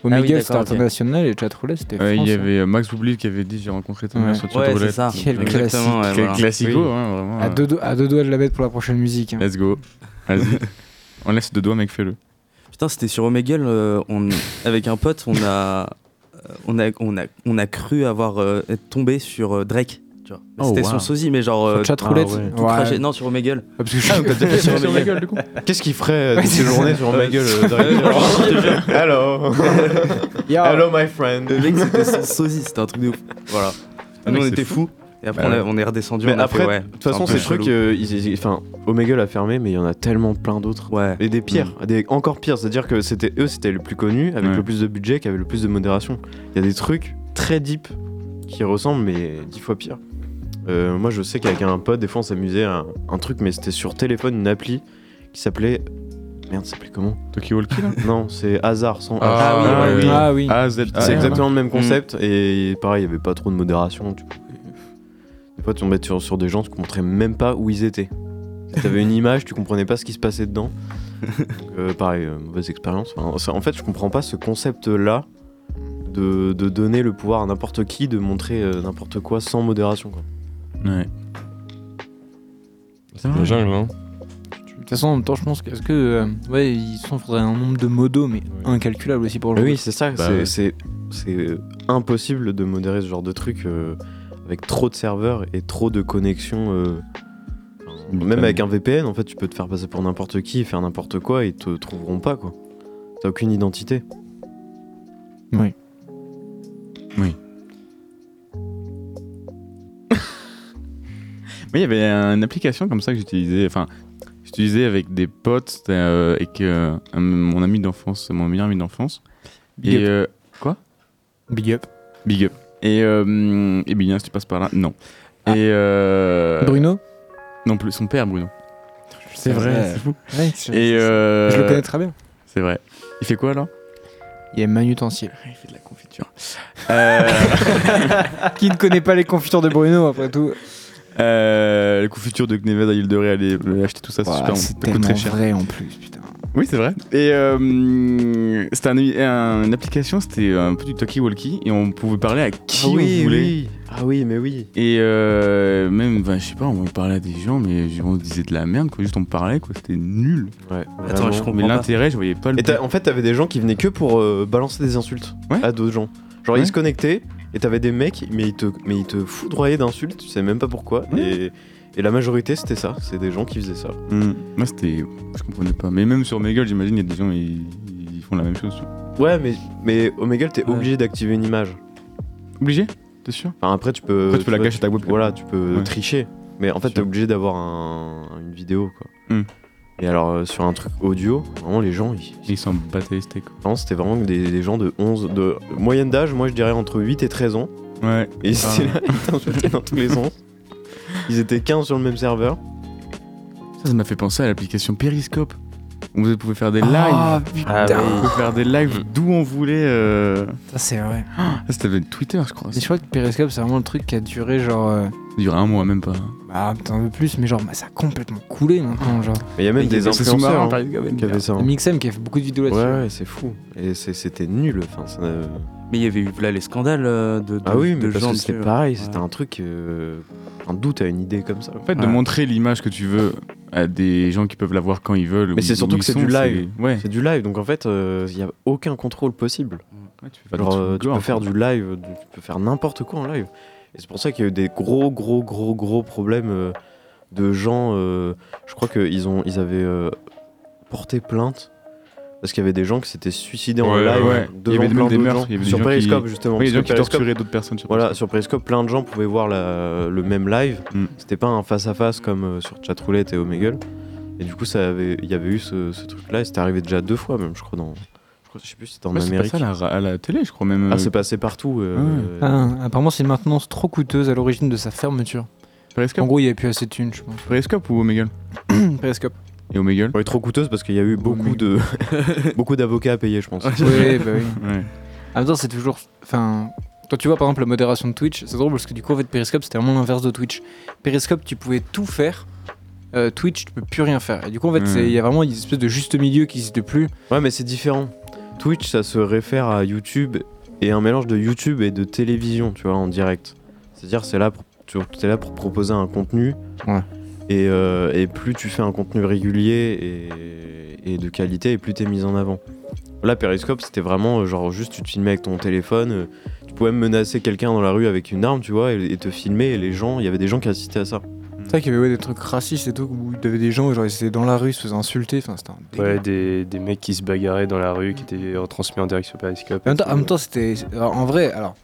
Speaker 3: Omega,
Speaker 6: Ah oui,
Speaker 3: c'était
Speaker 6: d'accord, ok.
Speaker 3: international et Chatroulette, c'était
Speaker 5: Ouais,
Speaker 3: France. hein.
Speaker 5: il y avait euh, Max Boublil qui avait dit j'ai rencontré ton
Speaker 3: Ouais.
Speaker 5: mère sur
Speaker 3: Ouais,
Speaker 5: Chatroulette.
Speaker 3: c'est ça. Quel
Speaker 5: Exactement,
Speaker 3: classique.
Speaker 5: ouais,
Speaker 3: Quel
Speaker 5: voilà.
Speaker 3: classico,
Speaker 5: Oui.
Speaker 3: hein,
Speaker 5: vraiment.
Speaker 3: à,
Speaker 5: euh,
Speaker 3: deux do- à deux doigts de la bête pour la prochaine musique. hein.
Speaker 5: Let's go. Vas-y. On laisse deux doigts, mec, fais-le.
Speaker 6: Putain, c'était sur Omegle, euh, on, avec un pote, on a, euh, on a, on a, on a cru avoir euh, être tombé sur euh, Drake. tu vois.
Speaker 3: Oh,
Speaker 6: C'était
Speaker 3: wow.
Speaker 6: son sosie, mais genre.
Speaker 3: Sur
Speaker 6: euh,
Speaker 3: Chatroulette.
Speaker 6: ah ouais. tout
Speaker 3: Ouais.
Speaker 6: trajet- Non, sur Omegle.
Speaker 3: Ah, parce que je- Sur Omegle, du coup.
Speaker 4: Qu'est-ce qu'il ferait de ses
Speaker 6: c'est
Speaker 4: journées
Speaker 6: ça.
Speaker 4: sur ma gueule
Speaker 6: Euh,
Speaker 4: Drake Hello
Speaker 6: Yo.
Speaker 4: Hello my friend
Speaker 6: Le mec, c'était son sosie, c'était un truc de ouf. Voilà.
Speaker 4: Le
Speaker 6: Nous,
Speaker 4: mec,
Speaker 6: on
Speaker 4: Ah, c'est
Speaker 6: était
Speaker 4: fou.
Speaker 6: fous. Et après,
Speaker 4: Bah
Speaker 6: on, a-
Speaker 4: ouais.
Speaker 6: on est redescendu.
Speaker 4: Mais
Speaker 6: on a
Speaker 4: après,
Speaker 6: fait, ouais.
Speaker 4: de toute façon,
Speaker 6: un peu
Speaker 4: ces trucs,
Speaker 6: chelou.
Speaker 4: euh, ils- ils- enfin, Omegle a fermé, mais il y en a tellement plein d'autres. Et des pires,
Speaker 6: Mm.
Speaker 4: des encore pires. C'est-à-dire que c'était eux, c'était le plus connu, avec
Speaker 5: Ouais.
Speaker 4: le plus de budget, qui avait le plus de modération. Il y a des trucs très deep qui ressemblent, mais dix fois pire. Euh, moi, je sais qu'avec un pote, des fois, on s'amusait à un, un truc, mais c'était sur téléphone, une appli qui s'appelait. Merde, ça s'appelait comment
Speaker 5: Tokyo Walkie, là
Speaker 4: Non, c'est Hasard sans H.
Speaker 5: Ah oui, Ah oui. oui. Ah oui. Ah, Z-
Speaker 4: C'est
Speaker 5: ah,
Speaker 4: exactement le même
Speaker 5: mm.
Speaker 4: concept, et pareil, il n'y avait pas trop de modération. tu des fois, tu tombais sur, sur des gens, tu comprenais même pas où ils étaient. Si T'avais une image, tu comprenais pas ce qui se passait dedans. Donc, euh, pareil, euh, mauvaise expérience. Enfin, ça- en fait, je comprends pas ce concept-là de, de donner le pouvoir à n'importe qui, de montrer euh, n'importe quoi sans modération. Quoi.
Speaker 5: Ouais.
Speaker 10: C'est la jungle, hein.
Speaker 3: De toute façon, en même temps, je pense que. Parce que. euh, ouais, ils sont. Faudrait un nombre de modos, mais incalculable aussi pour le
Speaker 4: Mais Ah oui,
Speaker 3: jeu.
Speaker 4: c'est ça.
Speaker 3: Bah,
Speaker 4: c'est-
Speaker 3: ouais.
Speaker 4: c'est c'est, euh, impossible de modérer ce genre de truc euh, avec trop de serveurs et trop de connexions. euh, même avec un VPN, en fait, tu peux te faire passer pour n'importe qui, faire n'importe quoi, et ils te trouveront pas, quoi. T'as aucune identité.
Speaker 3: Oui.
Speaker 5: Oui. Oui, il y avait une application comme ça que j'utilisais. Enfin, j'utilisais avec des potes, c'était, euh, avec euh, un- mon ami d'enfance, mon meilleur ami d'enfance.
Speaker 3: Big
Speaker 5: et
Speaker 3: up.
Speaker 5: euh, quoi
Speaker 3: Big up.
Speaker 5: Big up. Et euh, et bien, si tu passes par là, non. Et euh,
Speaker 3: Ah. Bruno
Speaker 5: Non plus, son père Bruno. C'est
Speaker 3: vrai,
Speaker 5: vrai,
Speaker 3: ouais.
Speaker 5: c'est fou.
Speaker 3: Ouais, c'est-
Speaker 5: et euh,
Speaker 3: je le connais très bien.
Speaker 5: C'est vrai. Il fait quoi alors
Speaker 3: Il y a Manutentiel.
Speaker 5: Il fait de la confiture. Euh,
Speaker 3: Qui ne connaît pas les confitures de Bruno, après tout
Speaker 5: Euh, la confiture de Gneved à l'île de Ré, allez euh, acheter tout ça, c'est
Speaker 3: Ouah,
Speaker 5: super,
Speaker 3: c'est
Speaker 5: ça coûte très
Speaker 3: tellement
Speaker 5: cher.
Speaker 3: vrai en plus, putain.
Speaker 5: Oui, c'est vrai. Et euh, c'était un- un- une application, c'était un peu du talkie-walkie, et on pouvait parler à qui on voulait.
Speaker 4: Ah oui, mais oui.
Speaker 5: Et euh, même, ben, je sais pas, on parlait à des gens, mais je- on se disait de la merde, quoi. Juste on parlait, quoi. C'était nul.
Speaker 4: Ouais.
Speaker 5: Attends, je comprends Mais l'intérêt, je voyais pas le.
Speaker 4: Et t'as- en fait, t'avais des gens qui venaient que pour euh, balancer des insultes à d'autres gens. Genre,
Speaker 5: Ouais.
Speaker 4: ils se connectaient et t'avais des mecs, mais ils te, mais ils te foudroyaient d'insultes, tu sais même pas pourquoi. Et, et la majorité, c'était ça. C'est des gens qui faisaient ça.
Speaker 3: Mm.
Speaker 5: Hmm. Moi, c'était. Je comprenais pas. Mais même sur mes gueules, j'imagine, il y a des gens, ils, ils font la même chose.
Speaker 4: Ouais, mais, mais Omegle, t'es obligé d'activer une image.
Speaker 5: Obligé T'es sûr
Speaker 4: Enfin, après, tu peux.
Speaker 5: Après, tu peux la
Speaker 4: vois,
Speaker 5: cacher ta webcam.
Speaker 4: Voilà, tu peux
Speaker 5: Ouais.
Speaker 4: tricher. Mais en fait, t'es obligé d'avoir un- une vidéo, quoi.
Speaker 5: Hmm.
Speaker 4: Et alors, euh, sur un truc audio, vraiment, les gens, ils.
Speaker 5: Ils s'en battaient les steaks.
Speaker 4: Non, c'était vraiment des, des gens de 11. De... Moyenne d'âge, moi, je dirais entre 8 et 13 ans.
Speaker 5: Ouais.
Speaker 4: Et ils étaient là,
Speaker 5: Ah.
Speaker 4: ils t'insultaient dans tous les sens. Ils étaient 15 sur le même serveur.
Speaker 5: Ça, ça m'a fait penser à l'application Periscope. Où vous pouvez faire des lives.
Speaker 3: Ah, putain. Ah oui.
Speaker 5: Vous pouvez faire des
Speaker 4: Mm.
Speaker 5: lives d'où on voulait. euh.
Speaker 3: Ça, c'est vrai.
Speaker 5: Ah, C'était Twitter, je crois.
Speaker 3: Mais je crois que Periscope, c'est vraiment le truc qui a duré genre. euh,
Speaker 5: Il durait un mois, même pas.
Speaker 3: bah, peut-être un peu plus, mais genre, bah, ça a complètement coulé maintenant. Genre.
Speaker 4: Mais il y a même
Speaker 5: Mais il y
Speaker 4: des
Speaker 5: avait- c'est
Speaker 4: influenceurs
Speaker 5: sous-marin,
Speaker 4: hein,
Speaker 5: par exemple,
Speaker 4: qui avaient ça. hein.
Speaker 3: Mixem qui a fait beaucoup de vidéos
Speaker 4: Ouais,
Speaker 3: là-dessus.
Speaker 4: ouais, c'est fou. Et c'est- c'était nul. Enfin, ça, euh,
Speaker 6: Mais il y avait eu là les scandales euh, de, de,
Speaker 4: Ah oui,
Speaker 6: de
Speaker 4: mais parce
Speaker 6: gens
Speaker 4: que c'était
Speaker 6: dessus.
Speaker 4: pareil.
Speaker 6: Ouais.
Speaker 4: C'était un truc. euh, Un doute à une idée comme ça.
Speaker 5: En fait, de montrer l'image que tu veux à des gens qui peuvent la voir quand ils veulent.
Speaker 4: Mais c'est surtout que c'est du live.
Speaker 5: Ouais.
Speaker 4: C'est du live, donc en fait, euh, il n'y a aucun contrôle possible.
Speaker 5: tu peux faire,
Speaker 4: Genre,
Speaker 5: des trucs
Speaker 4: euh, tu
Speaker 5: gore,
Speaker 4: peux faire du live, du- tu peux faire n'importe quoi en live. Et c'est pour ça qu'il y a eu des gros, gros, gros, gros problèmes euh, de gens. euh, je crois qu'ils ont, ils avaient euh, porté plainte parce qu'il y avait des gens qui s'étaient suicidés en
Speaker 5: Ouais,
Speaker 4: live
Speaker 5: ouais. Il y
Speaker 4: devant
Speaker 5: avait
Speaker 4: plein
Speaker 5: même des
Speaker 4: d'autres
Speaker 5: meurtres,
Speaker 4: gens.
Speaker 5: il y avait des
Speaker 4: sur
Speaker 5: gens qui-
Speaker 4: Periscope justement.
Speaker 5: Oui, il y a des
Speaker 4: parce
Speaker 5: gens
Speaker 4: que
Speaker 5: qui
Speaker 4: Periscope-
Speaker 5: torturaient d'autres personnes sur
Speaker 4: Voilà,
Speaker 5: Periscope.
Speaker 4: sur
Speaker 5: Mm.
Speaker 4: Periscope, plein de gens pouvaient voir la- le même live. C'était pas un face à face comme euh, sur Chatroulette et Omegle. Et du coup, ça avait, il y avait eu ce, ce truc-là. Et c'était arrivé déjà deux fois même, je crois, dans. je crois- Je sais plus si c'était en
Speaker 5: Ouais, c'est
Speaker 4: Amérique.
Speaker 5: passé à la, ra- à la télé, je crois même.
Speaker 4: Ah, c'est passé partout. euh, euh,
Speaker 3: Ah, apparemment, c'est une maintenance trop coûteuse à l'origine de sa fermeture.
Speaker 5: Periscope
Speaker 3: En gros, il n'y avait plus assez de thunes, je pense.
Speaker 5: Periscope ou Omegle
Speaker 3: Periscope.
Speaker 5: Et Omegle
Speaker 4: Ouais, trop coûteuse parce qu'il y a eu beaucoup de beaucoup d'avocats à payer, je pense.
Speaker 3: Oui, bah oui.
Speaker 5: Ouais.
Speaker 3: En même temps, c'est toujours. Enfin, toi, tu vois, par exemple, la modération de Twitch, c'est drôle parce que du coup, en fait, Periscope, c'était vraiment l'inverse de Twitch. Periscope, tu pouvais tout faire. Euh, Twitch, tu peux plus rien faire. Et du coup, en fait,
Speaker 4: Mm.
Speaker 3: c'est- il y a vraiment une espèce de juste milieu qui existe plus.
Speaker 4: Ouais, mais c'est différent. Twitch, ça se réfère à YouTube et un mélange de YouTube et de télévision, tu vois, en direct. C'est-à-dire, c'est là pour, tu es là pour proposer un contenu.
Speaker 3: Ouais.
Speaker 4: Et, euh, et plus tu fais un contenu régulier et, et de qualité, et plus t'es mis en avant. Là, Periscope, c'était vraiment euh, genre juste tu te filmais avec ton téléphone, euh, tu pouvais même menacer quelqu'un dans la rue avec une arme, tu vois, et, et te filmer. Et les gens, il y avait des gens qui assistaient à ça.
Speaker 3: C'est vrai qu'il y avait ouais, des trucs racistes et tout, où il y avait des gens, genre, ils étaient dans la rue, ils se faisaient insulter. Enfin, c'était un
Speaker 9: Ouais, des, des mecs qui se bagarraient dans la rue, qui étaient retransmis en direct sur Periscope.
Speaker 3: En même temps, en même temps, c'était. alors, En vrai, alors.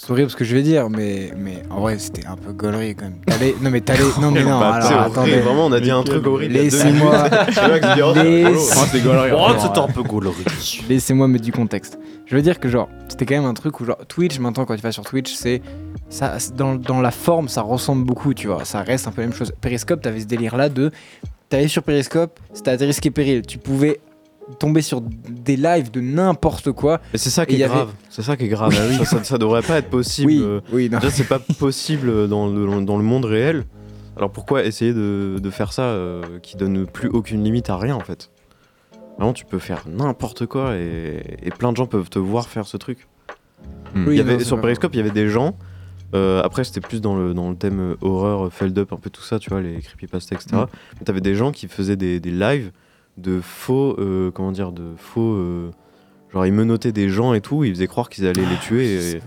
Speaker 3: C'est horrible ce que je vais dire, mais, mais en vrai, c'était un peu gaulerie quand même. T'allais- non, mais t'allais. Non, mais
Speaker 4: Quel
Speaker 3: non,
Speaker 4: bâtard.
Speaker 3: alors attendez.
Speaker 4: Vraiment, on a dit un truc horrible il y a deux
Speaker 3: Laissez-moi.
Speaker 4: minutes. Le mec, il dit, oh, c'est
Speaker 3: Laisse-
Speaker 4: rigolo. Oh, c'est gaulerie. Oh, c'était un peu gaulerie.
Speaker 3: Laissez-moi mettre du contexte. Je veux dire que, genre, c'était quand même un truc où, genre, Twitch, maintenant, quand tu vas sur Twitch, c'est. ça c'est- dans, dans la forme, ça ressemble beaucoup, tu vois. Ça reste un peu la même chose. Periscope, t'avais ce délire-là de. T'allais sur Periscope, c'était à tes risques et périls. Tu pouvais tomber sur des lives de n'importe quoi.
Speaker 4: Mais c'est ça qui
Speaker 3: Et il
Speaker 4: est
Speaker 3: y avait- Bah
Speaker 4: grave. C'est ça qui est grave.
Speaker 3: Oui.
Speaker 4: Ça, ça- ça devrait pas être possible.
Speaker 3: Oui,
Speaker 4: euh,
Speaker 3: oui, non.
Speaker 4: déjà, c'est pas possible euh, dans le, dans le monde réel. Alors pourquoi essayer de, de faire ça euh, qui donne plus aucune limite à rien en fait Vraiment, tu peux faire n'importe quoi et, et plein de gens peuvent te voir faire ce truc.
Speaker 5: Mm.
Speaker 4: Il
Speaker 5: Oui,
Speaker 4: y avait,
Speaker 5: non, c'est
Speaker 4: sur
Speaker 5: pas-
Speaker 4: Periscope, il y avait des gens. euh, après, c'était plus dans le, dans le thème euh, horreur, euh, feld up, un peu tout ça, tu vois, les creepypasta, etc.
Speaker 3: Hmm.
Speaker 5: Mm.
Speaker 4: Mais t'avais des gens qui faisaient des, des lives de faux. euh, comment dire De faux. euh, genre, ils menotaient des gens et tout, ils faisaient croire qu'ils allaient les tuer. et-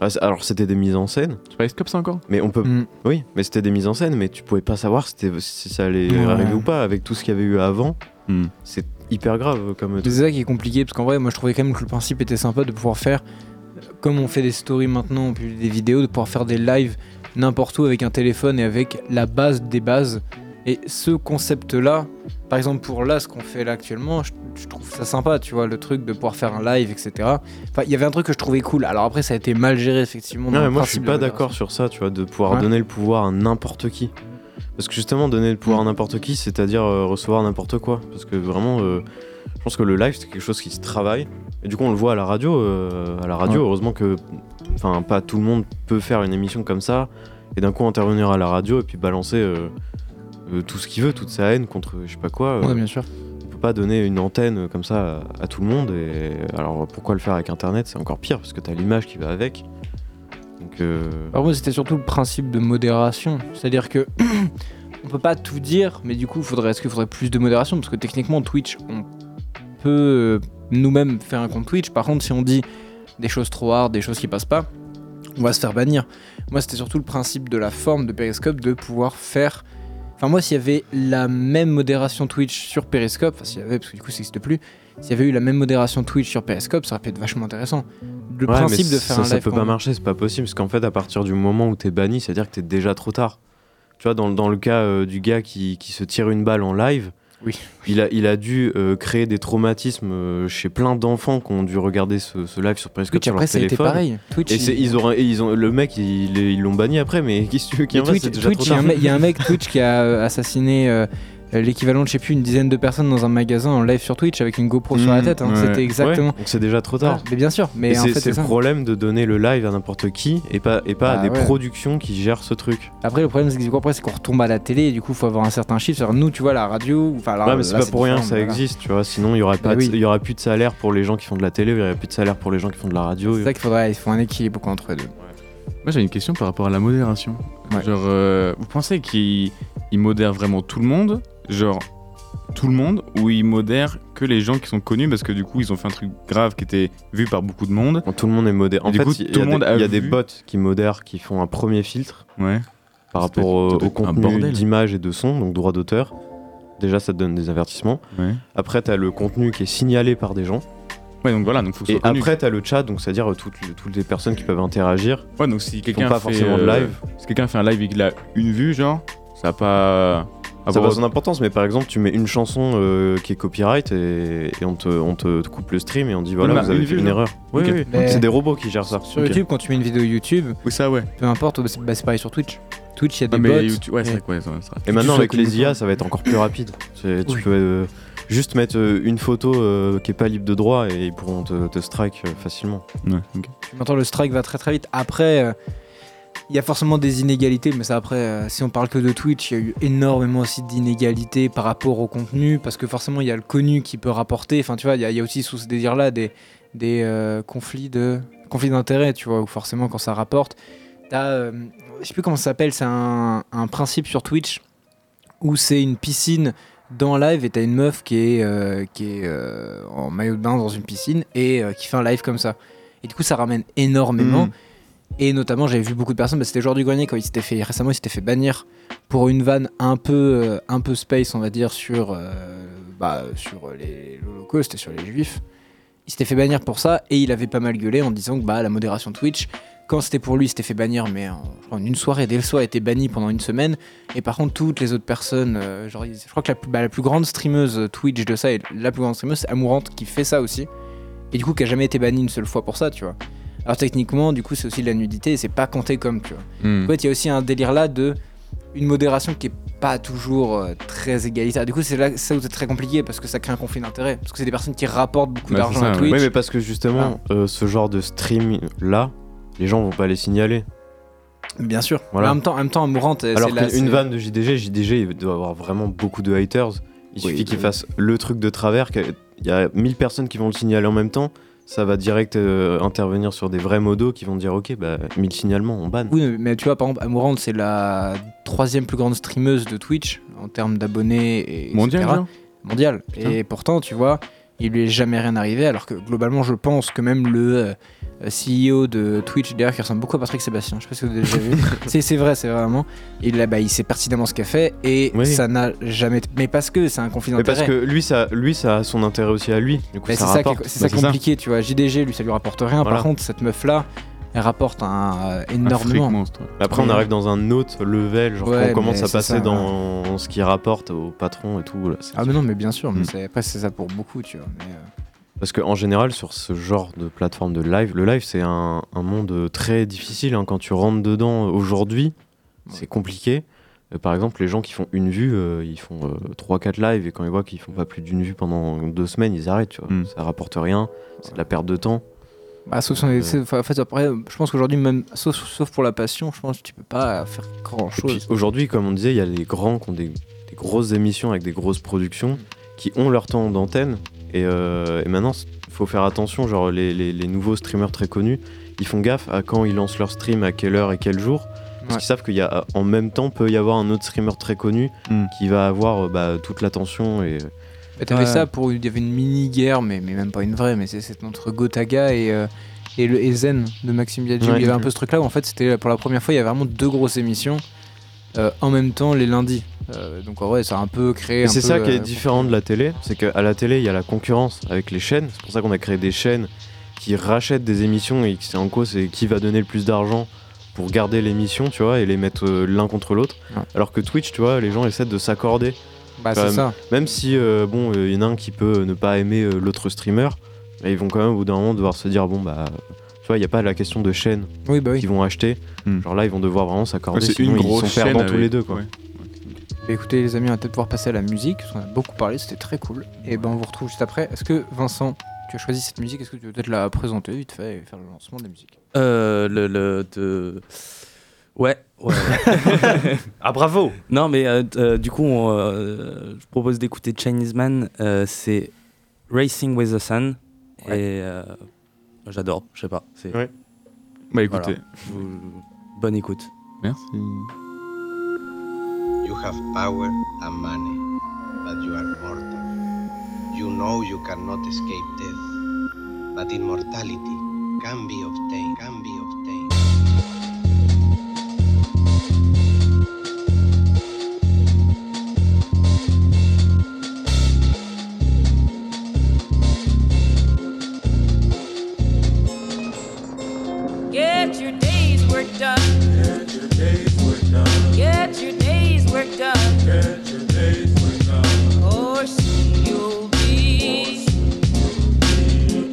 Speaker 4: Ah, c'est- alors, c'était des mises en scène.
Speaker 5: Periscope, ça encore
Speaker 4: Mais on peut.
Speaker 5: Mm.
Speaker 4: Oui, mais c'était des mises en scène, mais tu pouvais pas savoir si, t'es- si ça allait
Speaker 3: Ouais.
Speaker 4: arriver ou pas avec tout ce qu'il y avait eu avant.
Speaker 5: Mm.
Speaker 4: C'est hyper grave comme.
Speaker 3: C'est ça qui est compliqué parce qu'en vrai, moi je trouvais quand même que le principe était sympa de pouvoir faire, euh, comme on fait des stories maintenant, on publie des vidéos, de pouvoir faire des lives n'importe où avec un téléphone et avec la base des bases. Et ce concept-là, par exemple pour là, ce qu'on fait là actuellement, je, je trouve ça sympa, tu vois, le truc de pouvoir faire un live, etc. Enfin, il y avait un truc que je trouvais cool. Alors après, ça a été mal géré, effectivement. dans
Speaker 4: Non, mais
Speaker 3: le
Speaker 4: moi je suis
Speaker 3: principe
Speaker 4: pas
Speaker 3: de-
Speaker 4: d'accord sur ça, tu vois, de pouvoir
Speaker 3: Ouais.
Speaker 4: donner le pouvoir à n'importe qui. Parce que justement, donner le
Speaker 3: Mm.
Speaker 4: pouvoir à n'importe qui, c'est-à-dire euh, recevoir n'importe quoi. Parce que vraiment, euh, je pense que le live, c'est quelque chose qui se travaille. Et du coup, on le voit à la radio. euh, à la radio,
Speaker 5: Ouais.
Speaker 4: heureusement que, enfin, pas tout le monde peut faire une émission comme ça. Et d'un coup, intervenir à la radio et puis balancer euh, euh, tout ce qu'il veut, toute sa haine contre je sais pas quoi. euh,
Speaker 3: Ouais, bien sûr.
Speaker 4: on peut pas donner une antenne comme ça à, à tout le monde. Et alors pourquoi le faire avec Internet C'est encore pire parce que t'as l'image qui va avec. Donc euh,
Speaker 3: Alors moi, c'était surtout le principe de modération, c'est-à-dire que on peut pas tout dire, mais du coup, faudrait est-ce qu'il faudrait plus de modération parce que techniquement Twitch, on peut euh, nous-mêmes faire un compte Twitch. Par contre, si on dit des choses trop hard, des choses qui passent pas, on va se faire bannir. Moi, c'était surtout le principe de la forme de Periscope de pouvoir faire. Enfin, moi, s'il y avait la même modération Twitch sur Periscope, enfin, s'il y avait, parce que du coup, ça n'existe plus, s'il y avait eu la même modération Twitch sur Periscope, ça aurait pu être vachement intéressant. Le
Speaker 4: ouais,
Speaker 3: principe
Speaker 4: mais
Speaker 3: de faire
Speaker 4: ça,
Speaker 3: un
Speaker 4: ça
Speaker 3: live
Speaker 4: peut
Speaker 3: quand-
Speaker 4: pas marcher, c'est pas possible parce qu'en fait à partir du moment où t'es banni, c'est-à-dire que t'es déjà trop tard. Tu vois, dans, dans le cas euh, du gars qui, qui se tire une balle en live,
Speaker 3: Oui.
Speaker 4: il, a, il a dû euh, créer des traumatismes euh, chez plein d'enfants qui ont dû regarder ce, ce live sur Periscope
Speaker 3: Twitch,
Speaker 4: sur leur
Speaker 3: après, ça a été
Speaker 4: téléphone.
Speaker 3: pareil. Twitch,
Speaker 4: et c'est-
Speaker 3: il-
Speaker 4: ils... ont- et ils ont, le mec, il- ils l'ont banni après, mais qu'est-ce que tu veux qu'il
Speaker 3: Mais
Speaker 4: en fasse,
Speaker 3: Twitch-
Speaker 4: c'est déjà
Speaker 3: Twitch,
Speaker 4: trop
Speaker 3: il y a un
Speaker 4: tard.
Speaker 3: mec- il y, a un mec Twitch qui a euh, assassiné euh, euh, l'équivalent de, je sais plus, une dizaine de personnes dans un magasin en live sur Twitch avec une GoPro sur la
Speaker 4: Mmh,
Speaker 3: tête. hein.
Speaker 4: ouais.
Speaker 3: C'était exactement.
Speaker 4: Ouais, donc c'est déjà trop tard.
Speaker 3: Ah, mais bien sûr, mais
Speaker 4: Et
Speaker 3: en
Speaker 4: c'est-
Speaker 3: fait, c'est
Speaker 4: c'est
Speaker 3: ça.
Speaker 4: le problème de donner le live à n'importe qui et pas, et pas
Speaker 3: Bah
Speaker 4: à des
Speaker 3: ouais.
Speaker 4: productions qui gèrent ce truc.
Speaker 3: Après, le problème, c'est que du coup, après, c'est qu'on retombe à la télé et du coup, faut avoir un certain chiffre. C'est-à-dire, Nous, tu vois, la radio. Enfin, la-
Speaker 4: ouais, mais c'est
Speaker 3: Bah là,
Speaker 4: pas pour rien que
Speaker 3: différent,
Speaker 4: ça
Speaker 3: voilà.
Speaker 4: existe, tu vois. Sinon, il y aurait
Speaker 3: Bah
Speaker 4: pas, de-
Speaker 3: oui.
Speaker 4: il y aurait plus de salaire pour les gens qui font de la télé, il y aurait plus de salaire pour les gens qui font de la radio.
Speaker 3: C'est ça qu'il faudrait. Il faut un équilibre quoi, entre les deux.
Speaker 5: Moi j'ai une question par rapport à la modération. Genre, euh, vous pensez qu'ils ils modèrent vraiment tout le monde Genre, tout le monde Ou ils modèrent que les gens qui sont connus parce que du coup ils ont fait un truc grave qui était vu par beaucoup de monde
Speaker 4: Tout le monde est modéré. En
Speaker 5: du
Speaker 4: fait,
Speaker 5: coup,
Speaker 4: il y a
Speaker 5: tout le
Speaker 4: des-
Speaker 5: monde a
Speaker 4: il y a des
Speaker 5: vu-
Speaker 4: bots qui modèrent, qui font un premier filtre
Speaker 5: Ouais.
Speaker 4: par
Speaker 5: Ça
Speaker 4: rapport
Speaker 5: doit
Speaker 4: au, au
Speaker 5: être- ça doit être un
Speaker 4: contenu
Speaker 5: bordel.
Speaker 4: d'image et de son, donc droit d'auteur. Déjà, ça te donne des avertissements.
Speaker 5: Ouais.
Speaker 4: Après, t'as le contenu qui est signalé par des gens.
Speaker 5: Ouais, donc voilà, donc faut que ce
Speaker 4: Et
Speaker 5: soit connu.
Speaker 4: après, t'as le chat, donc c'est-à-dire euh, toutes, les- toutes les personnes qui peuvent interagir.
Speaker 5: Ouais, donc si
Speaker 4: qui font
Speaker 5: quelqu'un
Speaker 4: pas
Speaker 5: fait,
Speaker 4: forcément de
Speaker 5: euh,
Speaker 4: live.
Speaker 5: Si quelqu'un fait un live et qu'il a une vue, genre, ça a pas. ah,
Speaker 4: Ça n'a pas son importance, mais par exemple, tu mets une chanson euh, qui est copyright et, et on, te, on te te coupe le stream et on dit voilà,
Speaker 5: Une-
Speaker 4: vous avez
Speaker 5: une
Speaker 4: fait
Speaker 5: vue,
Speaker 4: une
Speaker 5: genre.
Speaker 4: erreur. Oui,
Speaker 5: Ok.
Speaker 4: oui,
Speaker 3: Mais-
Speaker 4: c'est des robots qui gèrent ça.
Speaker 3: Sur YouTube, quand tu mets une vidéo YouTube,
Speaker 5: ça, ouais.
Speaker 3: peu importe, bah, c'est bah, c'est pareil sur Twitch. Twitch, il y a des
Speaker 5: Ah, mais
Speaker 3: bots.
Speaker 5: YouTube- ouais, c'est vrai que ouais, ça- ça-
Speaker 4: Et maintenant, avec les IA, ça va être encore plus rapide. C'est- Tu
Speaker 3: Oui.
Speaker 4: peux euh, juste mettre euh, une photo euh, qui est pas libre de droit et ils pourront te, te strike euh, facilement.
Speaker 5: Ouais, Bah, ok.
Speaker 3: Maintenant, le strike va très très vite. Après, euh, Il y a forcément des inégalités, mais ça après, euh, si on parle que de Twitch, il y a eu énormément aussi d'inégalités par rapport au contenu, parce que forcément il y a le connu qui peut rapporter, enfin tu vois, il y, a- il y a aussi sous ce délire-là des, des euh, conflits de conflits d'intérêts, tu vois, où forcément quand ça rapporte, t'as, euh, je sais plus comment ça s'appelle, c'est un, un principe sur Twitch où c'est une piscine dans live et t'as une meuf qui est, euh, qui est euh, en maillot de bain dans une piscine et euh, qui fait un live comme ça. Et du coup, ça ramène énormément.
Speaker 5: Mhm.
Speaker 3: Et notamment, j'avais vu beaucoup de personnes, bah, c'était le joueur du grenier quand il s'était fait récemment, il s'était fait bannir pour une vanne un peu, euh, un peu space, on va dire, sur, euh, bah, sur les l'Holocauste et sur les Juifs. Il s'était fait bannir pour ça et il avait pas mal gueulé en disant que bah, la modération Twitch, quand c'était pour lui, il s'était fait bannir, mais en, je crois en une soirée, dès le soir, il était banni pendant une semaine. Et par contre, toutes les autres personnes, euh, genre, ils- je crois que la, plus- bah, la plus grande streameuse Twitch de ça, et la plus grande streameuse, c'est Amourante qui fait ça aussi. Et du coup, qui a jamais été banni une seule fois pour ça, tu vois. Alors techniquement, du coup, c'est aussi de la nudité et c'est pas compté comme, tu vois.
Speaker 5: Hmm.
Speaker 3: En fait, il y a aussi un délire là de une modération qui est pas toujours euh, très égalitaire. Du coup, c'est là c'est ça où c'est très compliqué parce que ça crée un conflit d'intérêts. Parce que c'est des personnes qui rapportent beaucoup
Speaker 4: Bah,
Speaker 3: d'argent
Speaker 4: c'est ça,
Speaker 3: à
Speaker 4: ouais.
Speaker 3: Twitch. Ah.
Speaker 4: Ouais, mais parce que justement, euh, ce genre de stream là, les gens vont pas les signaler.
Speaker 3: Bien sûr.
Speaker 4: Voilà.
Speaker 3: Mais en même temps, en même temps, Mourante,
Speaker 4: Alors
Speaker 3: c'est la-
Speaker 4: qu'une
Speaker 3: c'est-
Speaker 4: vanne de JDG, JDG, il doit avoir vraiment beaucoup de haters. Il
Speaker 3: Oui,
Speaker 4: suffit qu'il
Speaker 3: oui.
Speaker 4: fasse le truc de travers, qu'il y a 1000 personnes qui vont le signaler en même temps. Ça va direct euh, intervenir sur des vrais modos qui vont dire ok bah 1000 signalements on banne.
Speaker 3: Oui, mais tu vois, par exemple, Amourante, c'est la troisième plus grande streameuse de Twitch en termes d'abonnés. et etc.
Speaker 5: Mondiale, genre
Speaker 3: Mondiale.
Speaker 5: Putain.
Speaker 3: Et pourtant, tu vois, il lui est jamais rien arrivé, alors que globalement, je pense que même le euh, CEO de Twitch, derrière, qui ressemble beaucoup à Patrick Sébastien, je sais pas si vous avez déjà vu. c'est, c'est vrai, c'est vraiment. Il, a- bah, il sait pertinemment ce qu'elle fait et
Speaker 4: Oui.
Speaker 3: ça n'a jamais. Mais parce que c'est un conflit
Speaker 4: Mais parce
Speaker 3: d'intérêt.
Speaker 4: que lui ça, lui ça a son intérêt aussi à lui. Du coup
Speaker 3: Bah,
Speaker 4: ça
Speaker 3: c'est ça, qui est-
Speaker 4: rapporte.
Speaker 3: c'est ça
Speaker 4: Bah,
Speaker 3: compliqué, tu vois. JDG, lui, ça lui rapporte rien.
Speaker 4: Voilà.
Speaker 3: Par contre, cette meuf-là, elle rapporte un, euh, énormément.
Speaker 4: Après, on
Speaker 3: Ouais.
Speaker 4: arrive dans un autre level, genre
Speaker 3: Ouais,
Speaker 4: on commence
Speaker 3: mais
Speaker 4: à
Speaker 3: c'est
Speaker 4: passer
Speaker 3: ça,
Speaker 4: dans ce qui rapporte au patron et tout. là, c'est-
Speaker 3: Ah mais non mais bien sûr mais
Speaker 4: Mm.
Speaker 3: c'est- après c'est ça pour beaucoup tu vois mais, euh,
Speaker 4: Parce qu'en général, sur ce genre de plateforme de live, le live c'est un, un monde très difficile. hein. Quand tu rentres dedans euh, aujourd'hui, c'est compliqué. Euh, Par exemple, les gens qui font une vue, euh, ils font 3-4 lives et quand ils voient qu'ils font pas plus d'une vue pendant deux semaines, ils arrêtent. Tu vois. Ça rapporte rien, c'est de la perte de temps. Euh,
Speaker 3: bah, sauf si on est- c'est- enfin, en fait après je pense qu'aujourd'hui même sauf, sauf pour la passion je pense que tu peux pas faire grand
Speaker 4: Et puis,
Speaker 3: chose
Speaker 4: Aujourd'hui, comme on disait, il y a les grands qui ont des, des grosses émissions avec des grosses productions qui ont leur temps d'antenne. Et, euh, et maintenant, il faut faire attention. Genre, les, les- les nouveaux streamers très connus, ils font gaffe à quand ils lancent leur stream, à quelle heure et quel jour. Parce
Speaker 3: Ouais.
Speaker 4: qu'ils savent qu'il y a, en même temps, peut y avoir un autre streamer très connu
Speaker 5: Mm.
Speaker 4: qui va avoir euh, bah, toute l'attention. Et...
Speaker 3: Bah, t'avais
Speaker 4: Ouais.
Speaker 3: ça pour il y avait une mini guerre mais, mais même pas une vraie mais c'est c'est entre Gotaga et euh, et le et Zen de Maxime Biaggi où
Speaker 4: Ouais.
Speaker 3: il y avait un peu ce truc là où en fait c'était pour la première fois il y avait vraiment deux grosses émissions euh, en même temps les lundis Euh, donc en vrai ça a un peu créé
Speaker 4: Et
Speaker 3: un
Speaker 4: c'est
Speaker 3: peu,
Speaker 4: ça qui
Speaker 3: euh,
Speaker 4: est différent de la télé, c'est qu'à la télé, il y a la concurrence avec les chaînes. C'est pour ça qu'on a créé des chaînes qui rachètent des émissions et qui- c'est en cause c'est qui va donner le plus d'argent pour garder l'émission, tu vois, et les mettre euh, l'un contre l'autre. Alors que Twitch, tu vois, les gens essaient de s'accorder.
Speaker 3: Bah,
Speaker 4: Quand
Speaker 3: c'est
Speaker 4: même-
Speaker 3: ça.
Speaker 4: Même si, euh, bon, euh, il y en a un qui peut euh, ne pas aimer euh, l'autre streamer, mais ils vont quand même au bout d'un moment devoir se dire, bon, bah, tu vois, il n'y a pas la question de chaîne
Speaker 3: Oui, bah oui.
Speaker 4: qu'ils vont acheter. Genre là, ils vont devoir vraiment s'accorder.
Speaker 5: Hmm. Ouais, c'est
Speaker 4: sinon
Speaker 5: une
Speaker 4: ils
Speaker 5: grosse
Speaker 4: sont perdants
Speaker 5: chaîne
Speaker 4: tous les
Speaker 5: avec-
Speaker 4: deux, quoi.
Speaker 5: ouais.
Speaker 3: Bah, écoutez les amis, on va peut-être pouvoir passer à la musique, parce qu'on a beaucoup parlé, c'était très cool. Et ben on vous retrouve juste après. Est-ce que Vincent, tu as choisi cette musique, est-ce que tu veux peut-être la présenter vite fait et faire le lancement de la musique
Speaker 6: Euh, le, le- de- Ouais. ouais.
Speaker 9: ah bravo
Speaker 6: Non mais euh, t- euh, du coup, on, euh, je propose d'écouter Chinese Man. euh, c'est Racing with the Sun et euh, j'adore. Je sais pas. c'est-
Speaker 5: Bah, écoutez.
Speaker 6: Vous- Bonne écoute.
Speaker 5: Merci.
Speaker 15: You have power and money, but you are mortal. You know you cannot escape death, but immortality can be obtained, can be obtained.
Speaker 16: Get your day's work done. Get your day's work done. Get your day's work done. Or soon you'll be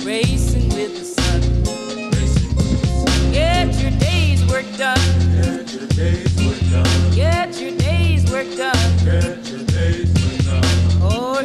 Speaker 16: racing with the sun. Get your day's work done. Get your day's work done. Oh,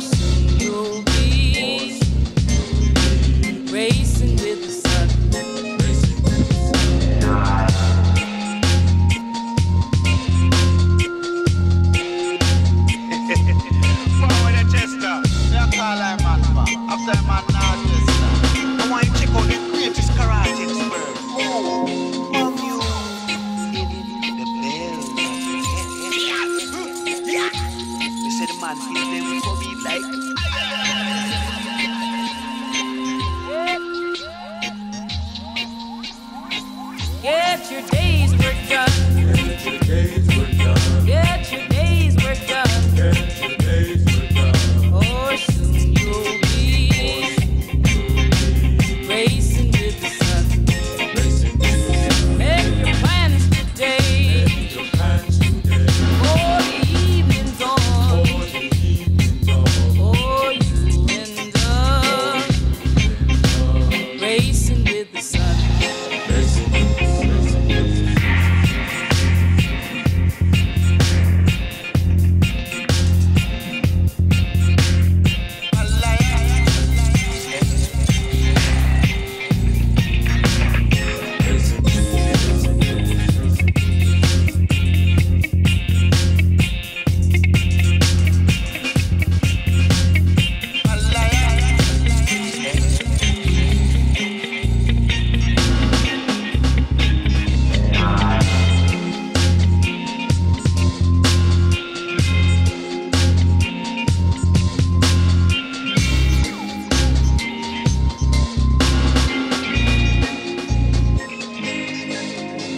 Speaker 16: Oh,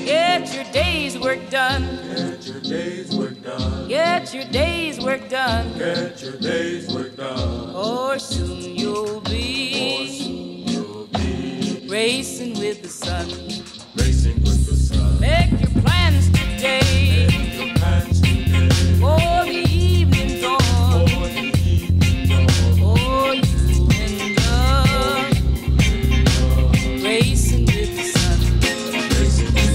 Speaker 16: Get your day's work done.
Speaker 17: Get your day's work done.
Speaker 16: Or soon you'll be racing with the sun.
Speaker 17: Racing with the sun.
Speaker 16: Make your plans today
Speaker 17: Your plans today.
Speaker 16: for the evening's on.
Speaker 17: For the evening dawn.
Speaker 16: Or you end up racing with the sun.
Speaker 17: Racing with the sun.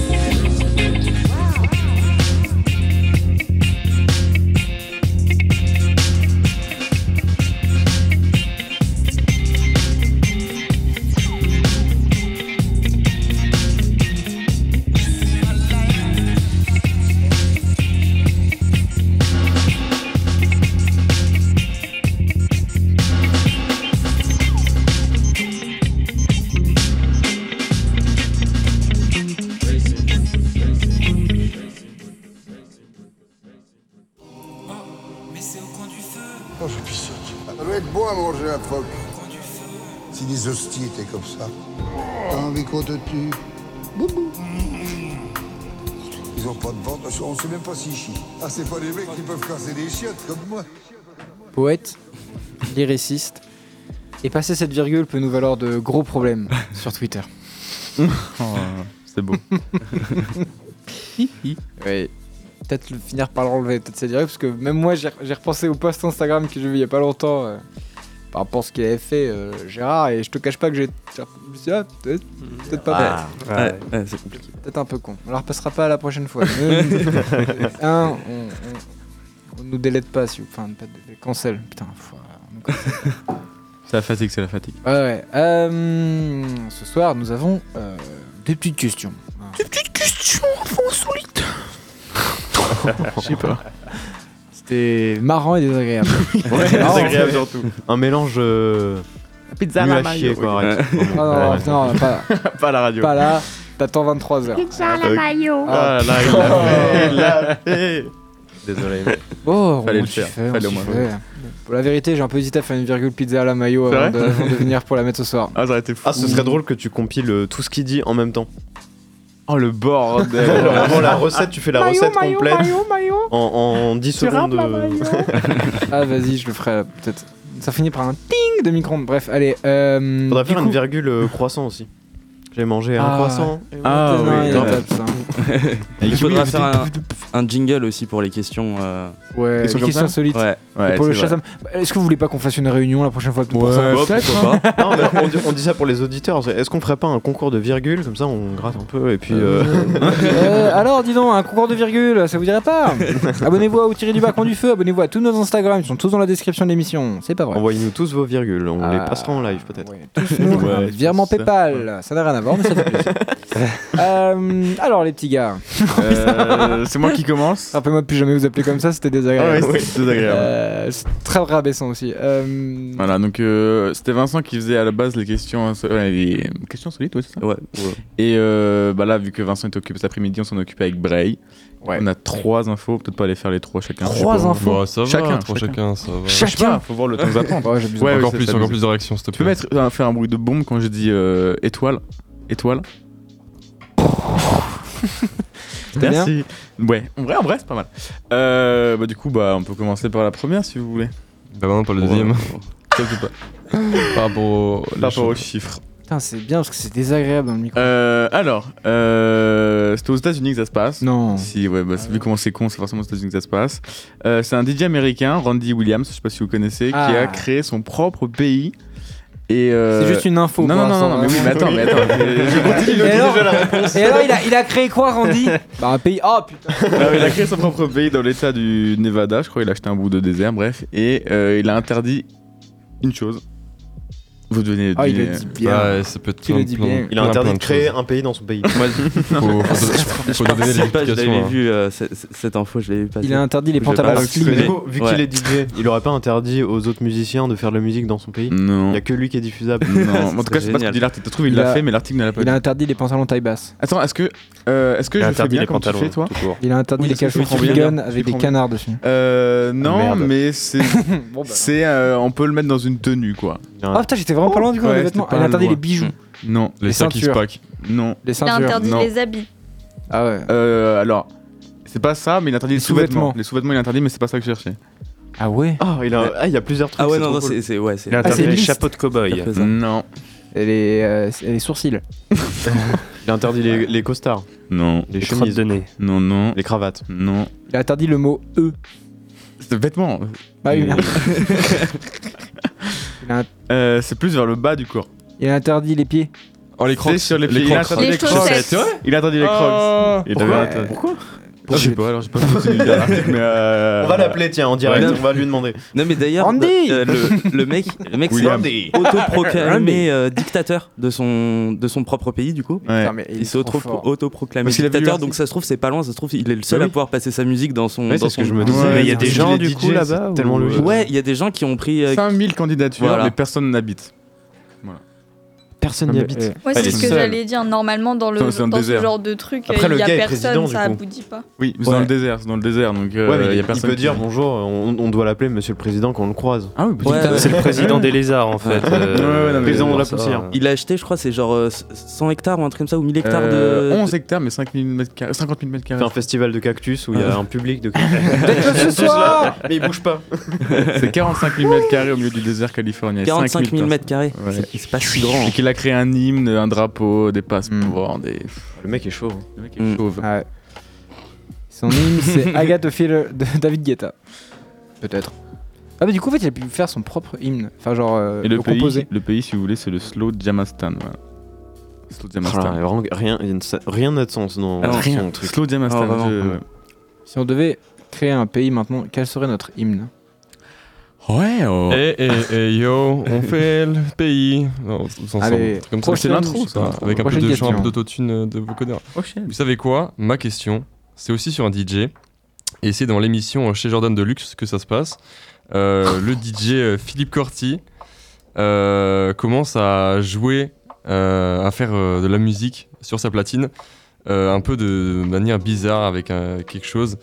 Speaker 18: Oh, je suis Ça doit être beau à manger la phoque. Si les hosties étaient comme ça. T'as envie qu'on te tue Boubou. Ils ont pas de ventre, on sait même pas s'ils chient. Ah, c'est pas des mecs qui peuvent casser des chiottes comme moi.
Speaker 3: Poète, lyriciste. Et passer cette virgule peut nous valoir de gros problèmes sur Twitter. Oh.
Speaker 5: c'est beau.
Speaker 3: Ouais. Peut-être le- finir par l'enlever, peut-être ça dirait, parce que même moi j'ai j'ai repensé au post Instagram que j'ai vu il y a pas longtemps euh, par rapport à ce qu'il avait fait euh, Gérard, et je te cache pas que j'ai. j'ai- je me suis dit, ah, peut-être peut-être pas
Speaker 6: Ah,
Speaker 3: bête.
Speaker 6: ouais, ouais, c'est compliqué.
Speaker 3: Peut-être un peu con. On la repassera pas à la prochaine fois. Mais- un, on, on- on nous délète pas, si vous. Enfin, pas de- cancel. Putain, faut- on nous cancel.
Speaker 5: C'est la fatigue, c'est la fatigue.
Speaker 3: Ouais, ouais. Euh, ce soir, nous avons euh, des petites questions. Des petites questions insolite.
Speaker 4: Je sais pas.
Speaker 3: C'était marrant et désagréable.
Speaker 4: Ouais,
Speaker 3: Marrant,
Speaker 4: désagréable
Speaker 3: c'est-
Speaker 4: surtout. Un mélange. euh,
Speaker 3: Pizza
Speaker 4: nul
Speaker 3: à
Speaker 4: à
Speaker 3: la mayo.
Speaker 4: chier, quoi.
Speaker 3: Ouais.
Speaker 4: arrête.
Speaker 3: Ah Non, non,
Speaker 4: Ouais.
Speaker 3: non, non, pas,
Speaker 4: Pas à la radio.
Speaker 3: pas là. T'attends 23 heures.
Speaker 4: à la mayo.
Speaker 3: Ah,
Speaker 4: Ah, là, il l'a fait, il l'a fait.
Speaker 5: Désolé.
Speaker 3: Oh,
Speaker 5: Fallait
Speaker 3: on
Speaker 5: le faire,
Speaker 3: s'y fait, on
Speaker 5: fallait au
Speaker 3: s'y
Speaker 5: moins.
Speaker 3: fait. Pour la vérité, j'ai un peu hésité à faire une virgule pizza à la mayo
Speaker 5: C'est
Speaker 3: avant de,
Speaker 5: vrai
Speaker 3: avant de venir pour la mettre ce soir.
Speaker 5: Ah, ça aurait été fou.
Speaker 4: Ah, ce serait drôle que tu compiles euh, tout ce qu'il dit en même temps.
Speaker 5: Oh, le bordel.
Speaker 4: Genre, Avant la recette, tu fais la recette complète
Speaker 3: maillot.
Speaker 4: en, en 10
Speaker 3: Tu râpes
Speaker 4: secondes.
Speaker 3: la
Speaker 4: euh,
Speaker 3: Ah, vas-y, je le ferai euh, peut-être. Ça finit par un ting de micro ondes Bref, allez. Euh,
Speaker 4: Faudrait
Speaker 3: du
Speaker 4: faire
Speaker 3: coup-
Speaker 4: une virgule euh, croissant aussi. J'ai mangé un
Speaker 3: Ah.
Speaker 4: croissant. et
Speaker 3: Ah,
Speaker 4: voilà.
Speaker 3: oui,
Speaker 4: Non.
Speaker 3: ouais. hein.
Speaker 6: Il
Speaker 4: Il
Speaker 6: faudra faire un, un jingle aussi pour les questions. euh,
Speaker 3: Ouais, les questions solides.
Speaker 6: Ouais.
Speaker 3: Et pour le Shazam. Bah, Est-ce que vous voulez pas qu'on fasse une réunion la prochaine fois pour
Speaker 4: Ouais,
Speaker 3: ça
Speaker 4: ouais,
Speaker 3: hein.
Speaker 4: pourquoi pas. Non, mais on, dit, on dit ça pour les auditeurs. c'est- Est-ce qu'on ferait pas un concours de virgule Comme ça, on gratte un peu et puis. euh,
Speaker 3: Euh, alors, dis donc, un concours de virgule, ça vous dirait pas Abonnez-vous à Au tirer du bas du feu, abonnez-vous à tous nos Instagram, ils sont tous dans la description de l'émission. C'est pas vrai.
Speaker 4: Envoyez-nous tous vos virgules. On les passera en live peut-être.
Speaker 3: Ah. Nous, Ah,
Speaker 4: Ouais,
Speaker 3: virement
Speaker 4: c'est ça.
Speaker 3: PayPal, ça n'a rien à voir, mais ça fait plaisir. Euh, alors, les petits gars.
Speaker 5: Euh, c'est moi qui commence.
Speaker 3: Rappelez-moi de plus jamais vous appeler comme ça, c'était désagréable.
Speaker 5: Ah ouais, c'était désagréable.
Speaker 3: Euh, c'est très rabaissant aussi. Euh,
Speaker 5: Voilà, donc euh, c'était Vincent qui faisait à la base les questions, inso- ouais, les questions solides, ouais, c'est ça
Speaker 6: Ouais.
Speaker 5: Et euh, bah là, vu que Vincent est occupé cet après-midi, on s'en occupe avec Bray. On a trois infos, peut-être pas les faire les trois chacun.
Speaker 3: Trois
Speaker 5: Je sais pas.
Speaker 3: infos Bah, ça va,
Speaker 5: Chacun,
Speaker 10: trois chacun, ça va.
Speaker 5: Je sais
Speaker 10: Chacun
Speaker 5: pas, Faut voir le temps d'apprendre.
Speaker 10: Ouais, j'abuse. Encore
Speaker 5: c'est
Speaker 10: plus,
Speaker 5: abusé.
Speaker 10: encore plus de réactions, s'il te
Speaker 5: Tu peux
Speaker 10: plaît.
Speaker 5: mettre, euh, faire un bruit de bombe quand je dis euh, étoile Étoile
Speaker 3: C'était bien
Speaker 5: Ouais, en vrai, en vrai, c'est pas mal. Euh, bah, du coup, bah, on peut commencer par la première si vous voulez.
Speaker 10: Bah maintenant par le deuxième.
Speaker 5: Ça, c'est pas.
Speaker 10: Par rapport au,
Speaker 5: Par rapport aux chiffres.
Speaker 3: Putain, c'est bien parce que c'est désagréable dans le micro.
Speaker 5: Euh, alors, euh, c'était aux États-Unis que ça se passe.
Speaker 3: Non.
Speaker 5: Si, ouais, bah, vu comment c'est con, c'est forcément aux États-Unis que ça se passe. Euh, c'est un DJ américain, Randy Williams, je sais pas si vous connaissez, qui
Speaker 3: Ah.
Speaker 5: a créé son propre pays. Et euh,
Speaker 3: C'est juste une info
Speaker 5: Non,
Speaker 3: pour
Speaker 5: non, non, non,
Speaker 3: l'instant,
Speaker 5: mais oui, mais attends, mais attends. je- je continue, je
Speaker 3: Et
Speaker 5: dis
Speaker 3: alors,
Speaker 5: déjà la réponse.
Speaker 3: et alors, il, a, il a créé quoi, Randy Bah, un pays. Oh putain
Speaker 5: Alors, Ah il a créé son propre pays dans l'état du Nevada, je crois. Il a acheté un bout de désert, bref. Et euh, il a interdit une chose. Vous devenez.
Speaker 3: Ah, il
Speaker 5: devinez-
Speaker 3: le dit bien.
Speaker 10: Ouais, ça peut être
Speaker 3: Il le
Speaker 10: plein-
Speaker 3: dit
Speaker 10: plein-
Speaker 3: bien.
Speaker 4: Il a
Speaker 10: plein-
Speaker 4: interdit
Speaker 10: plein
Speaker 4: de créer un pays dans son pays.
Speaker 10: Faut- faut-
Speaker 6: Je
Speaker 10: faut
Speaker 6: participe
Speaker 10: donner les
Speaker 6: pas, je l'avais
Speaker 10: explications, hein.
Speaker 6: vu, euh, c- c- cette info, je l'avais vu passer.
Speaker 3: Il a interdit les
Speaker 6: Je
Speaker 3: pantalons
Speaker 6: sais pas,
Speaker 3: slim.
Speaker 6: je connais.
Speaker 4: Vu
Speaker 6: Ouais.
Speaker 4: qu'il est DJ, il aurait pas interdit aux autres musiciens de faire de la musique dans son pays
Speaker 5: Non.
Speaker 4: Il y a que lui qui est diffusable.
Speaker 5: Non, en tout cas, je sais pas ce que
Speaker 6: génial.
Speaker 5: dit l'article. T'as trouvé, il l'a fait, mais l'article ne l'a pas
Speaker 3: Il
Speaker 5: dit.
Speaker 3: a interdit les pantalons taille basse.
Speaker 5: Attends, est-ce que, euh, est-ce que
Speaker 6: Il a
Speaker 5: je fais
Speaker 6: interdit
Speaker 5: bien
Speaker 6: les
Speaker 5: comme tu
Speaker 6: pantalons,
Speaker 5: fais, toi
Speaker 6: tout court.
Speaker 3: Il a interdit
Speaker 5: Oui,
Speaker 3: les
Speaker 5: est-ce que
Speaker 3: cachots
Speaker 5: je comprends bien
Speaker 3: vegan
Speaker 5: bien Je
Speaker 3: avec des
Speaker 5: comprends
Speaker 3: canards dessus.
Speaker 4: Ah,
Speaker 5: Euh, non,
Speaker 3: Merde.
Speaker 5: mais c'est.
Speaker 4: bah.
Speaker 5: c'est. euh, on peut le mettre dans une tenue, quoi.
Speaker 3: Ah putain, j'étais vraiment pas loin du coup dans
Speaker 5: Ouais,
Speaker 3: les vêtements.
Speaker 5: c'était
Speaker 3: Ah,
Speaker 5: pas
Speaker 3: Il a interdé
Speaker 5: loin.
Speaker 3: les bijoux.
Speaker 5: Non.
Speaker 3: Les Les sacs qui se ceintures. packent.
Speaker 5: Non.
Speaker 3: Les
Speaker 8: Il a
Speaker 3: ceintures.
Speaker 8: interdit
Speaker 5: non.
Speaker 8: les habits.
Speaker 3: Ah ouais.
Speaker 5: Euh, alors, C'est pas ça, mais il interdit les, sous-vêtements.
Speaker 3: sous-vêtements.
Speaker 5: Les sous-vêtements, il interdit, mais c'est pas ça que je cherchais.
Speaker 3: Ah ouais
Speaker 4: Ah, il a- ah, il y a plusieurs trucs.
Speaker 6: Ah ouais, non,
Speaker 4: trop
Speaker 6: non,
Speaker 4: cool.
Speaker 6: c'est- c'est- ouais, c'est-
Speaker 4: Il a
Speaker 6: Ah,
Speaker 4: interdit
Speaker 6: c'est
Speaker 4: les
Speaker 6: liste.
Speaker 4: chapeaux de cow-boy. Mm.
Speaker 6: T'as fait ça.
Speaker 5: Non.
Speaker 3: Et les, euh, et les sourcils.
Speaker 4: Il a interdit les, les costards.
Speaker 5: Non.
Speaker 4: Les chemises.
Speaker 5: Non, non.
Speaker 4: Les cravates.
Speaker 5: Non.
Speaker 3: Il a interdit le mot E.
Speaker 5: C'est vêtements.
Speaker 3: Ah oui, merde. il, a,
Speaker 5: Euh, c'est plus vers le bas du corps.
Speaker 3: il a interdit les pieds.
Speaker 10: Oh, les crocs.
Speaker 5: C'est sur les pieds.
Speaker 10: les
Speaker 5: Il a
Speaker 10: crocs.
Speaker 5: interdit les
Speaker 10: Les
Speaker 5: crocs.
Speaker 10: chaussettes, ouais.
Speaker 5: Il a interdit
Speaker 3: Oh.
Speaker 5: les
Speaker 10: Ah.
Speaker 5: crocs. Il
Speaker 10: Pourquoi
Speaker 5: avait
Speaker 3: Euh,
Speaker 5: interdit-
Speaker 6: Pourquoi
Speaker 5: Je sais pas, alors j'ai pas continué de lire l'article, mais euh,
Speaker 4: On va l'appeler, tiens, en direct.
Speaker 6: Ouais.
Speaker 4: On va lui demander.
Speaker 6: Non mais d'ailleurs,
Speaker 3: Andy
Speaker 6: euh, le, le mec, le mec s'est
Speaker 4: William.
Speaker 6: autoproclamé euh, dictateur de son de son propre pays du coup.
Speaker 5: Ouais.
Speaker 3: Putain, mais
Speaker 6: Il,
Speaker 3: est
Speaker 6: s'est
Speaker 3: trop
Speaker 6: auto-
Speaker 3: fort.
Speaker 6: autoproclamé
Speaker 5: Parce qu'il a vu
Speaker 6: dictateur,
Speaker 5: l'article.
Speaker 6: donc ça se trouve c'est pas loin, ça se trouve il est le seul
Speaker 4: Bah oui.
Speaker 6: à pouvoir passer sa musique dans son.
Speaker 4: Ouais,
Speaker 6: dans
Speaker 4: c'est ce que
Speaker 6: son-
Speaker 4: je me
Speaker 5: disais.
Speaker 4: disais.
Speaker 5: Ouais,
Speaker 4: Mais il y a des
Speaker 5: parce
Speaker 4: gens,
Speaker 5: qu'il est
Speaker 4: du coup,
Speaker 5: DJ,
Speaker 4: là-bas.
Speaker 5: c'est
Speaker 4: ou-
Speaker 5: tellement logique.
Speaker 6: Ouais, il y a des gens qui ont pris. euh,
Speaker 5: 5000 candidatures,
Speaker 6: Voilà.
Speaker 5: mais personne n'habite. Voilà.
Speaker 4: Personne n'y
Speaker 3: euh,
Speaker 4: habite.
Speaker 8: Ouais,
Speaker 5: Elle
Speaker 8: c'est
Speaker 5: est
Speaker 8: ce que
Speaker 5: seule.
Speaker 8: j'allais dire. Normalement, dans, le,
Speaker 5: Dans- dans le
Speaker 8: dans ce
Speaker 5: désert.
Speaker 8: genre de truc,
Speaker 4: Après, le
Speaker 8: il y a
Speaker 4: gars est président,
Speaker 8: personne,
Speaker 4: du
Speaker 8: ça
Speaker 4: coup.
Speaker 8: aboutit pas.
Speaker 5: Oui, mais c'est
Speaker 4: Ouais.
Speaker 5: dans le désert, c'est dans le désert, donc euh,
Speaker 4: Ouais, mais
Speaker 5: il y a
Speaker 4: il
Speaker 5: personne.
Speaker 4: peut
Speaker 5: qui-
Speaker 4: dire bonjour, on, on doit l'appeler monsieur le président quand on le croise.
Speaker 5: Ah oui, bah,
Speaker 6: Ouais, ouais.
Speaker 9: C'est le président des lézards en fait. euh,
Speaker 5: Ouais, ouais, non, mais-
Speaker 4: Président de la
Speaker 9: ça,
Speaker 4: poussière.
Speaker 6: Il a acheté, je crois, c'est genre euh, 100 hectares ou un truc comme ça, ou 1000 hectares
Speaker 5: Euh,
Speaker 6: de.
Speaker 5: 11 hectares, mais 5000 mètres carrés- 50 000 mètres
Speaker 4: Il fait
Speaker 5: carrés.
Speaker 4: un festival de cactus où il y
Speaker 6: Ah.
Speaker 4: a un public de cactus.
Speaker 3: ce soir
Speaker 4: Mais il bouge pas.
Speaker 5: C'est 45 000 mètres carrés au milieu du désert californien.
Speaker 6: 45 000 mètres carrés.
Speaker 5: Ouais.
Speaker 6: C'est- C'est pas si grand.
Speaker 5: Et qu'il a créé un hymne, un drapeau, des passeports, des.
Speaker 4: Le mec est chaud. hein.
Speaker 5: Le mec
Speaker 6: Mm.
Speaker 5: est chauve.
Speaker 3: Ah ouais. Son hymne, c'est Agathe Filler de David Guetta. Peut-être. Ah, mais du coup, en fait, il a pu faire son propre hymne. Enfin, genre, euh,
Speaker 5: Et le, pays,
Speaker 3: composer.
Speaker 5: le pays, si vous voulez, c'est le Slow Jamastan. voilà. Slow
Speaker 4: Ah,
Speaker 5: Jamastan.
Speaker 4: vraiment, rien il y a une sa- rien n'a de sens dans
Speaker 5: Ah, non,
Speaker 4: son truc.
Speaker 5: Slow Jamastan.
Speaker 6: Ah, vraiment.
Speaker 5: je- ouais.
Speaker 3: Si on devait créer un pays maintenant, quel serait notre hymne
Speaker 5: Ouais, oh.
Speaker 10: Eh, eh, eh, yo, on fait le pays. Non, tous ensemble.
Speaker 3: Allez,
Speaker 10: un truc comme ça.
Speaker 3: prochaine-
Speaker 10: C'est l'intro, ça.
Speaker 3: prochaine
Speaker 10: Avec un peu de chant, un
Speaker 3: question.
Speaker 10: peu d'autotune euh, de vocodeur.
Speaker 5: Prochaine.
Speaker 10: Vous savez quoi Ma question, c'est aussi sur un DJ. Et c'est dans l'émission euh, chez Jordan Deluxe que ça se passe. Euh, le DJ euh, Philippe Corti euh, commence à jouer, euh, à faire euh, de la musique sur sa platine, euh, un peu de manière bizarre, avec euh, quelque chose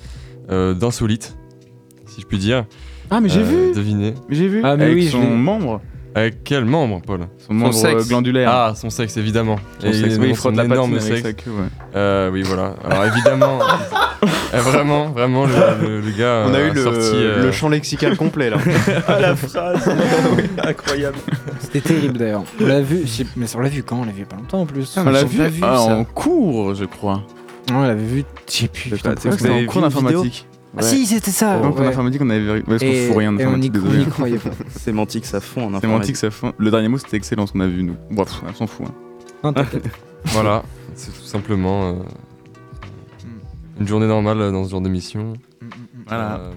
Speaker 10: euh, d'insolite, si je puis dire.
Speaker 5: Ah, mais j'ai
Speaker 10: Euh,
Speaker 5: vu
Speaker 10: Devinez.
Speaker 5: J'ai vu
Speaker 3: Ah, mais
Speaker 5: Avec
Speaker 3: oui, je
Speaker 5: son
Speaker 3: l'ai-
Speaker 5: membre.
Speaker 10: Avec quel membre, Paul
Speaker 5: Son membre
Speaker 10: sexe.
Speaker 5: euh, glandulaire.
Speaker 10: Ah, son sexe, évidemment.
Speaker 5: Son
Speaker 10: Et
Speaker 5: sexe,
Speaker 10: il,
Speaker 5: oui, il
Speaker 10: montre
Speaker 5: frotte
Speaker 10: son
Speaker 5: la patine
Speaker 10: énorme
Speaker 5: avec
Speaker 10: sexe.
Speaker 5: sa queue, ouais.
Speaker 10: Euh, oui, voilà. Alors évidemment, euh, vraiment, vraiment, le, le- le gars
Speaker 4: On a
Speaker 10: euh,
Speaker 4: eu le,
Speaker 10: sorti, euh,
Speaker 4: le champ lexical complet là. Ah, la phrase. incroyable.
Speaker 3: C'était terrible d'ailleurs. On l'a vu, je sais- mais on l'a vu quand On l'a vu il y a pas longtemps en plus.
Speaker 5: On l'a
Speaker 3: l'a
Speaker 5: vu, ah, en cours, je crois.
Speaker 3: On l'a vu, je sais plus. putain,
Speaker 5: C'est
Speaker 3: pourquoi.
Speaker 5: en cours d'informatique.
Speaker 3: Ah si, c'était ça
Speaker 5: Donc en
Speaker 3: ouais.
Speaker 5: informatique, on avait vérifié. Parce qu'on
Speaker 3: Et,
Speaker 5: fout rien
Speaker 3: et on n'y
Speaker 5: d'informatique,
Speaker 3: on
Speaker 5: désolé.
Speaker 3: n'y croyait pas.
Speaker 6: Sémantique, ça fond en
Speaker 5: Sémantique,
Speaker 6: informatique.
Speaker 5: ça fond. Le dernier mot, c'était excellent ce qu'on a vu, nous. Bref, on s'en fout. hein.
Speaker 3: Non, t'inquiète.
Speaker 10: voilà, c'est tout simplement euh,
Speaker 5: Hmm.
Speaker 10: une journée normale euh, dans ce genre d'émission.
Speaker 5: Voilà.
Speaker 10: Euh,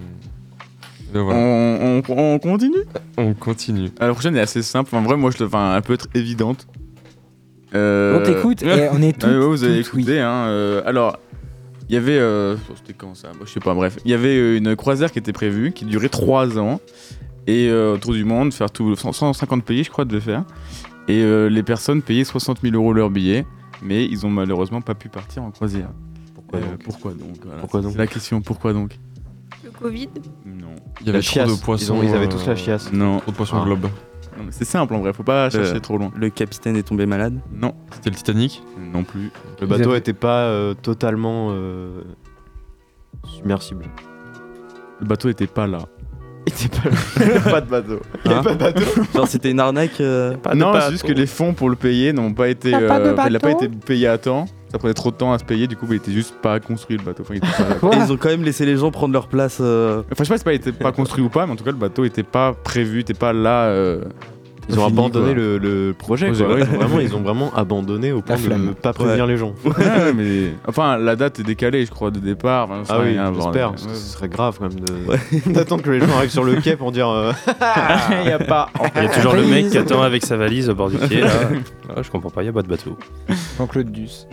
Speaker 10: donc voilà.
Speaker 5: On, on- on continue
Speaker 10: On continue.
Speaker 5: Alors, La prochaine est assez simple. En vrai, moi, je, le- enfin, elle peut être évidente. Euh,
Speaker 3: On t'écoute et on est
Speaker 5: Ah ouais,
Speaker 3: tous.
Speaker 5: vous avez
Speaker 3: toutes oui.
Speaker 5: écouté. hein, euh, alors, il y avait. euh, C'était quand ça Bah, Je sais pas, bref. Il y avait euh, une croisière qui était prévue, qui durait 3 ans. Et euh, autour du monde, faire tout. 150 pays, je crois, de le faire. Et euh, les personnes payaient 60 000 euros leur billet. Mais ils ont malheureusement pas pu partir en croisière.
Speaker 4: Pourquoi
Speaker 5: Euh,
Speaker 4: donc
Speaker 5: pourquoi donc, voilà,
Speaker 4: Pourquoi
Speaker 5: c'est
Speaker 4: donc
Speaker 5: la question, pourquoi donc
Speaker 8: Le Covid
Speaker 5: Non.
Speaker 10: Il y avait
Speaker 4: La
Speaker 10: trop de
Speaker 4: chiasse.
Speaker 10: poissons.
Speaker 4: Ils ont- ils avaient
Speaker 10: euh,
Speaker 4: tous la chiasse.
Speaker 5: Non.
Speaker 10: Trop de poissons
Speaker 4: Ah.
Speaker 10: globe.
Speaker 5: Non, mais C'est simple en vrai, faut pas chercher trop loin.
Speaker 6: Le capitaine est tombé malade.
Speaker 5: Non.
Speaker 10: C'était le Titanic.
Speaker 5: Non plus.
Speaker 4: Le bateau
Speaker 3: avaient-
Speaker 4: était pas euh, totalement euh, submersible.
Speaker 5: Le bateau était pas là.
Speaker 4: Il était pas là. pas de bateau. Il y avait
Speaker 6: Hein
Speaker 4: pas de bateau.
Speaker 6: Genre c'était une arnaque. euh,
Speaker 9: pas de
Speaker 5: non,
Speaker 9: pâte,
Speaker 5: c'est juste
Speaker 9: oh.
Speaker 5: que les fonds pour le payer n'ont pas été.
Speaker 3: T'as pas de
Speaker 5: enfin, il a pas
Speaker 3: bateau
Speaker 5: été payé à temps. Ça prenait trop de temps à se payer, du coup, il était juste pas construit le bateau. Enfin, il était pas-
Speaker 6: Et ils ont quand même laissé les gens prendre leur place. euh,
Speaker 5: Enfin, je sais pas si pas, il était pas construit ou pas, mais en tout cas, le bateau était pas prévu, était pas là. euh,
Speaker 4: Ils ont
Speaker 5: fini,
Speaker 4: abandonné
Speaker 5: quoi.
Speaker 4: le, le projet.
Speaker 5: Projet,
Speaker 4: quoi.
Speaker 5: ouais.
Speaker 4: Ils, ont vraiment, ils ont vraiment abandonné au point de ne
Speaker 3: flamme.
Speaker 4: pas prévenir les gens.
Speaker 5: Ouais, mais... Enfin, la date est décalée, je crois, de départ. Enfin,
Speaker 4: Ah
Speaker 5: ça,
Speaker 4: oui,
Speaker 5: il y a un
Speaker 4: j'espère.
Speaker 5: bordel.
Speaker 4: parce que Ce serait grave quand même de- d'attendre que les gens arrivent sur le quai pour dire euh, il y a pas.
Speaker 9: Il y a toujours le
Speaker 3: Ah,
Speaker 9: mec qui attend avec sa valise au bord du quai. Là. Ah, je comprends pas, il y a pas de bateau.
Speaker 3: Jean-Claude Duss.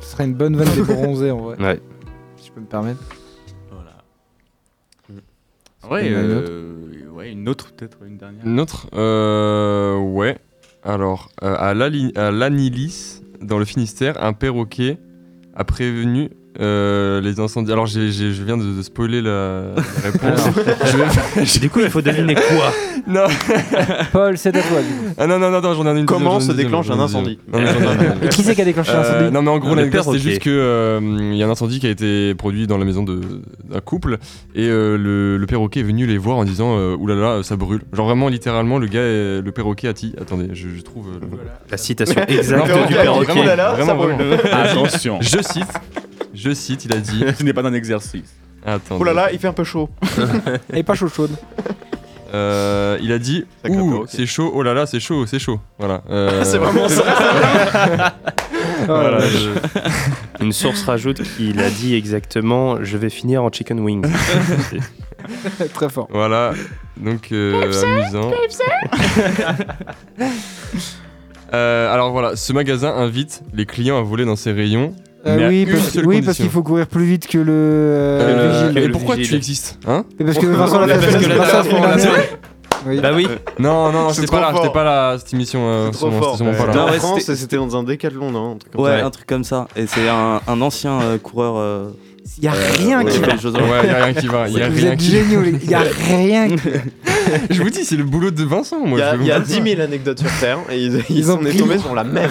Speaker 3: Ce serait une bonne vanne des bronzés en vrai,
Speaker 9: Ouais.
Speaker 3: si je peux me permettre.
Speaker 5: Ouais,
Speaker 3: Il y en a une
Speaker 5: euh, ouais, une autre, peut-être, une dernière.
Speaker 10: Une autre euh, Ouais. Alors, euh, à l'Ali- à l'Anilis, dans le Finistère, un perroquet a prévenu euh, les incendies. Alors, j'ai- j'ai- je viens de, de spoiler la, la réponse.
Speaker 9: Du coup, il faut deviner quoi
Speaker 10: Non.
Speaker 3: Paul, c'est à toi. du coup.
Speaker 10: Ah non, non, non, attends, j'en ai une
Speaker 4: Comment
Speaker 10: deuxième, j'en ai
Speaker 4: se
Speaker 10: une deuxième,
Speaker 4: déclenche
Speaker 10: j'en ai
Speaker 4: un
Speaker 10: une deuxième.
Speaker 4: incendie
Speaker 10: Non, mais j'en ai une deuxième.
Speaker 3: Et qui c'est qui a déclenché
Speaker 10: Euh,
Speaker 3: l'incendie
Speaker 10: Non, mais en gros,
Speaker 3: Le
Speaker 10: l'anecdote, c'était
Speaker 3: perroquet.
Speaker 10: juste que euh, il y a un incendie qui a été produit dans la maison de- d'un couple et euh, le, le perroquet est venu les voir en disant euh, Oulala, ça brûle. Genre vraiment, littéralement, le gars, est- le perroquet a dit Attendez, je, je trouve. euh, le-
Speaker 9: La citation exacte
Speaker 10: Non,
Speaker 9: du
Speaker 10: vraiment,
Speaker 9: perroquet.
Speaker 10: Vraiment,
Speaker 9: Ça
Speaker 10: vraiment,
Speaker 9: brûle.
Speaker 10: vraiment.
Speaker 5: Attention.
Speaker 10: Je cite, je cite, il a dit
Speaker 5: Ce n'est pas un exercice.
Speaker 10: Attendez.
Speaker 4: Oh là là, il fait un peu chaud.
Speaker 3: Et pas chaud chaude.
Speaker 10: Euh, il a dit
Speaker 4: Sacré
Speaker 10: Ouh,
Speaker 4: perroquet.
Speaker 10: c'est chaud, oh là là, c'est chaud, c'est chaud. Voilà.
Speaker 3: Ah,
Speaker 10: euh,
Speaker 4: C'est vraiment ça.
Speaker 3: Oh
Speaker 10: Voilà,
Speaker 9: Voilà,
Speaker 10: je-
Speaker 9: je- Une source rajoute qu'il a dit exactement Je vais finir en chicken wings.
Speaker 3: Très fort.
Speaker 10: Voilà, donc euh, amusant. Euh, alors voilà, ce magasin invite les clients à voler dans ses rayons.
Speaker 3: Euh,
Speaker 10: mais à
Speaker 3: oui,
Speaker 10: une
Speaker 3: parce,
Speaker 10: seule
Speaker 3: oui, parce
Speaker 10: condition.
Speaker 3: qu'il faut courir plus vite que le.
Speaker 10: Euh,
Speaker 3: euh,
Speaker 10: et
Speaker 3: vigile.
Speaker 10: pourquoi tu existes hein
Speaker 3: Et parce que Vincent l'a fait.
Speaker 10: Parce que la
Speaker 3: Vincent
Speaker 10: dernière fois, on
Speaker 3: l'a
Speaker 10: l'a
Speaker 3: fait.
Speaker 10: fait.
Speaker 3: Oui.
Speaker 9: Bah oui.
Speaker 10: Euh, Non, non,
Speaker 4: C'est
Speaker 10: j'étais
Speaker 4: trop
Speaker 10: pas là, j'étais
Speaker 4: fort.
Speaker 10: pas là, cette émission. euh,
Speaker 4: C'est trop
Speaker 10: sûrement-
Speaker 4: fort.
Speaker 10: c'était sûrement pas là.
Speaker 4: Dans
Speaker 6: Ouais,
Speaker 4: la France,
Speaker 6: c'était-
Speaker 4: c'était dans un décathlon, non un truc comme
Speaker 6: Ouais,
Speaker 4: ça.
Speaker 6: un truc comme ça. Et c'est un, un ancien euh, coureur. Euh,
Speaker 3: Il y a rien qui va.
Speaker 10: Ouais, y a rien qui va, y a
Speaker 3: Vous
Speaker 10: rien
Speaker 3: êtes
Speaker 10: qui-
Speaker 3: géniaux, les- il y a rien qui va.
Speaker 10: Je vous dis, c'est le boulot de Vincent.
Speaker 4: Il
Speaker 10: Moi,
Speaker 4: y a,
Speaker 10: je vais
Speaker 4: il y a
Speaker 10: vous dire.
Speaker 4: 10 000 anecdotes sur Terre et ils, ils,
Speaker 3: Ils ont
Speaker 4: sont est
Speaker 3: pris.
Speaker 4: tombés sur la même.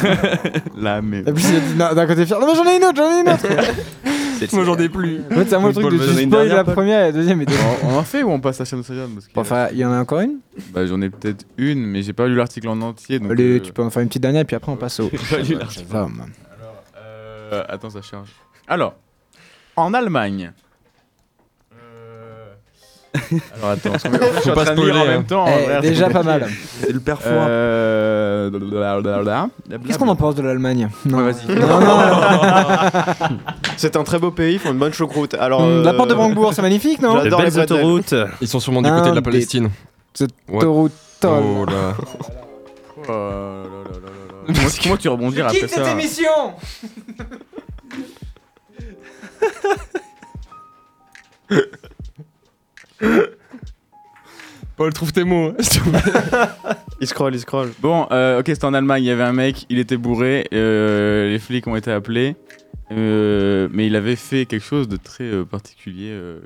Speaker 5: La même.
Speaker 3: Et puis il a dit non, d'un côté fier. Non, mais j'en ai une autre, j'en ai une autre.
Speaker 10: Moi, j'en ai plus.
Speaker 3: En fait, c'est un moi, le truc
Speaker 5: Paul,
Speaker 3: de
Speaker 5: j'en ai
Speaker 3: tu
Speaker 5: une
Speaker 3: spoil
Speaker 5: dernière,
Speaker 3: la
Speaker 5: Paul.
Speaker 3: première et la deuxième. Et
Speaker 5: On- On en fait ou on passe à Shane Sagan parce que-
Speaker 3: Enfin, il y en a encore une
Speaker 5: Bah, j'en ai peut-être une, mais j'ai pas lu l'article en entier. Donc,
Speaker 3: Allez,
Speaker 5: euh,
Speaker 3: tu peux en faire une petite dernière, puis après on passe au.
Speaker 5: J'ai pas lu l'article.
Speaker 3: Ça va, man.
Speaker 5: euh, attends, ça charge. Alors, en Allemagne. Euh, Alors attends, parce qu'on- je suis en
Speaker 10: pas
Speaker 5: train de lire
Speaker 10: spoiler,
Speaker 5: en
Speaker 10: hein.
Speaker 5: même temps.
Speaker 3: Eh,
Speaker 5: voilà, c'est
Speaker 3: déjà pas
Speaker 5: compliqué.
Speaker 3: mal.
Speaker 6: C'est le père Fouin.
Speaker 5: Euh, blablabla.
Speaker 3: Qu'est-ce qu'on en pense de l'Allemagne Non,
Speaker 5: vas-y.
Speaker 3: Non, non.
Speaker 4: C'est un très beau pays, ils font une bonne choucroute. Alors,
Speaker 10: Hmm,
Speaker 3: Hum, La
Speaker 4: euh,
Speaker 3: porte de Brandebourg, c'est magnifique, non
Speaker 4: j'adore les
Speaker 9: Belles
Speaker 4: bretelles.
Speaker 9: autoroutes.
Speaker 10: Ils sont sûrement du côté de
Speaker 3: Un
Speaker 10: la Palestine.
Speaker 3: Cette
Speaker 10: Ouais.
Speaker 3: autoroute.
Speaker 10: Oh là.
Speaker 5: Oh là là là là là. Comment- Comment tu rebondir après ça
Speaker 3: émission
Speaker 10: Paul, trouve tes mots. s'il te plaît.
Speaker 4: Ils scrollent, ils scrollent.
Speaker 5: Bon, euh, ok, c'était en Allemagne. Il y avait un mec, il était bourré. euh, les flics ont été appelés. euh, mais il avait fait quelque chose de très euh, particulier euh,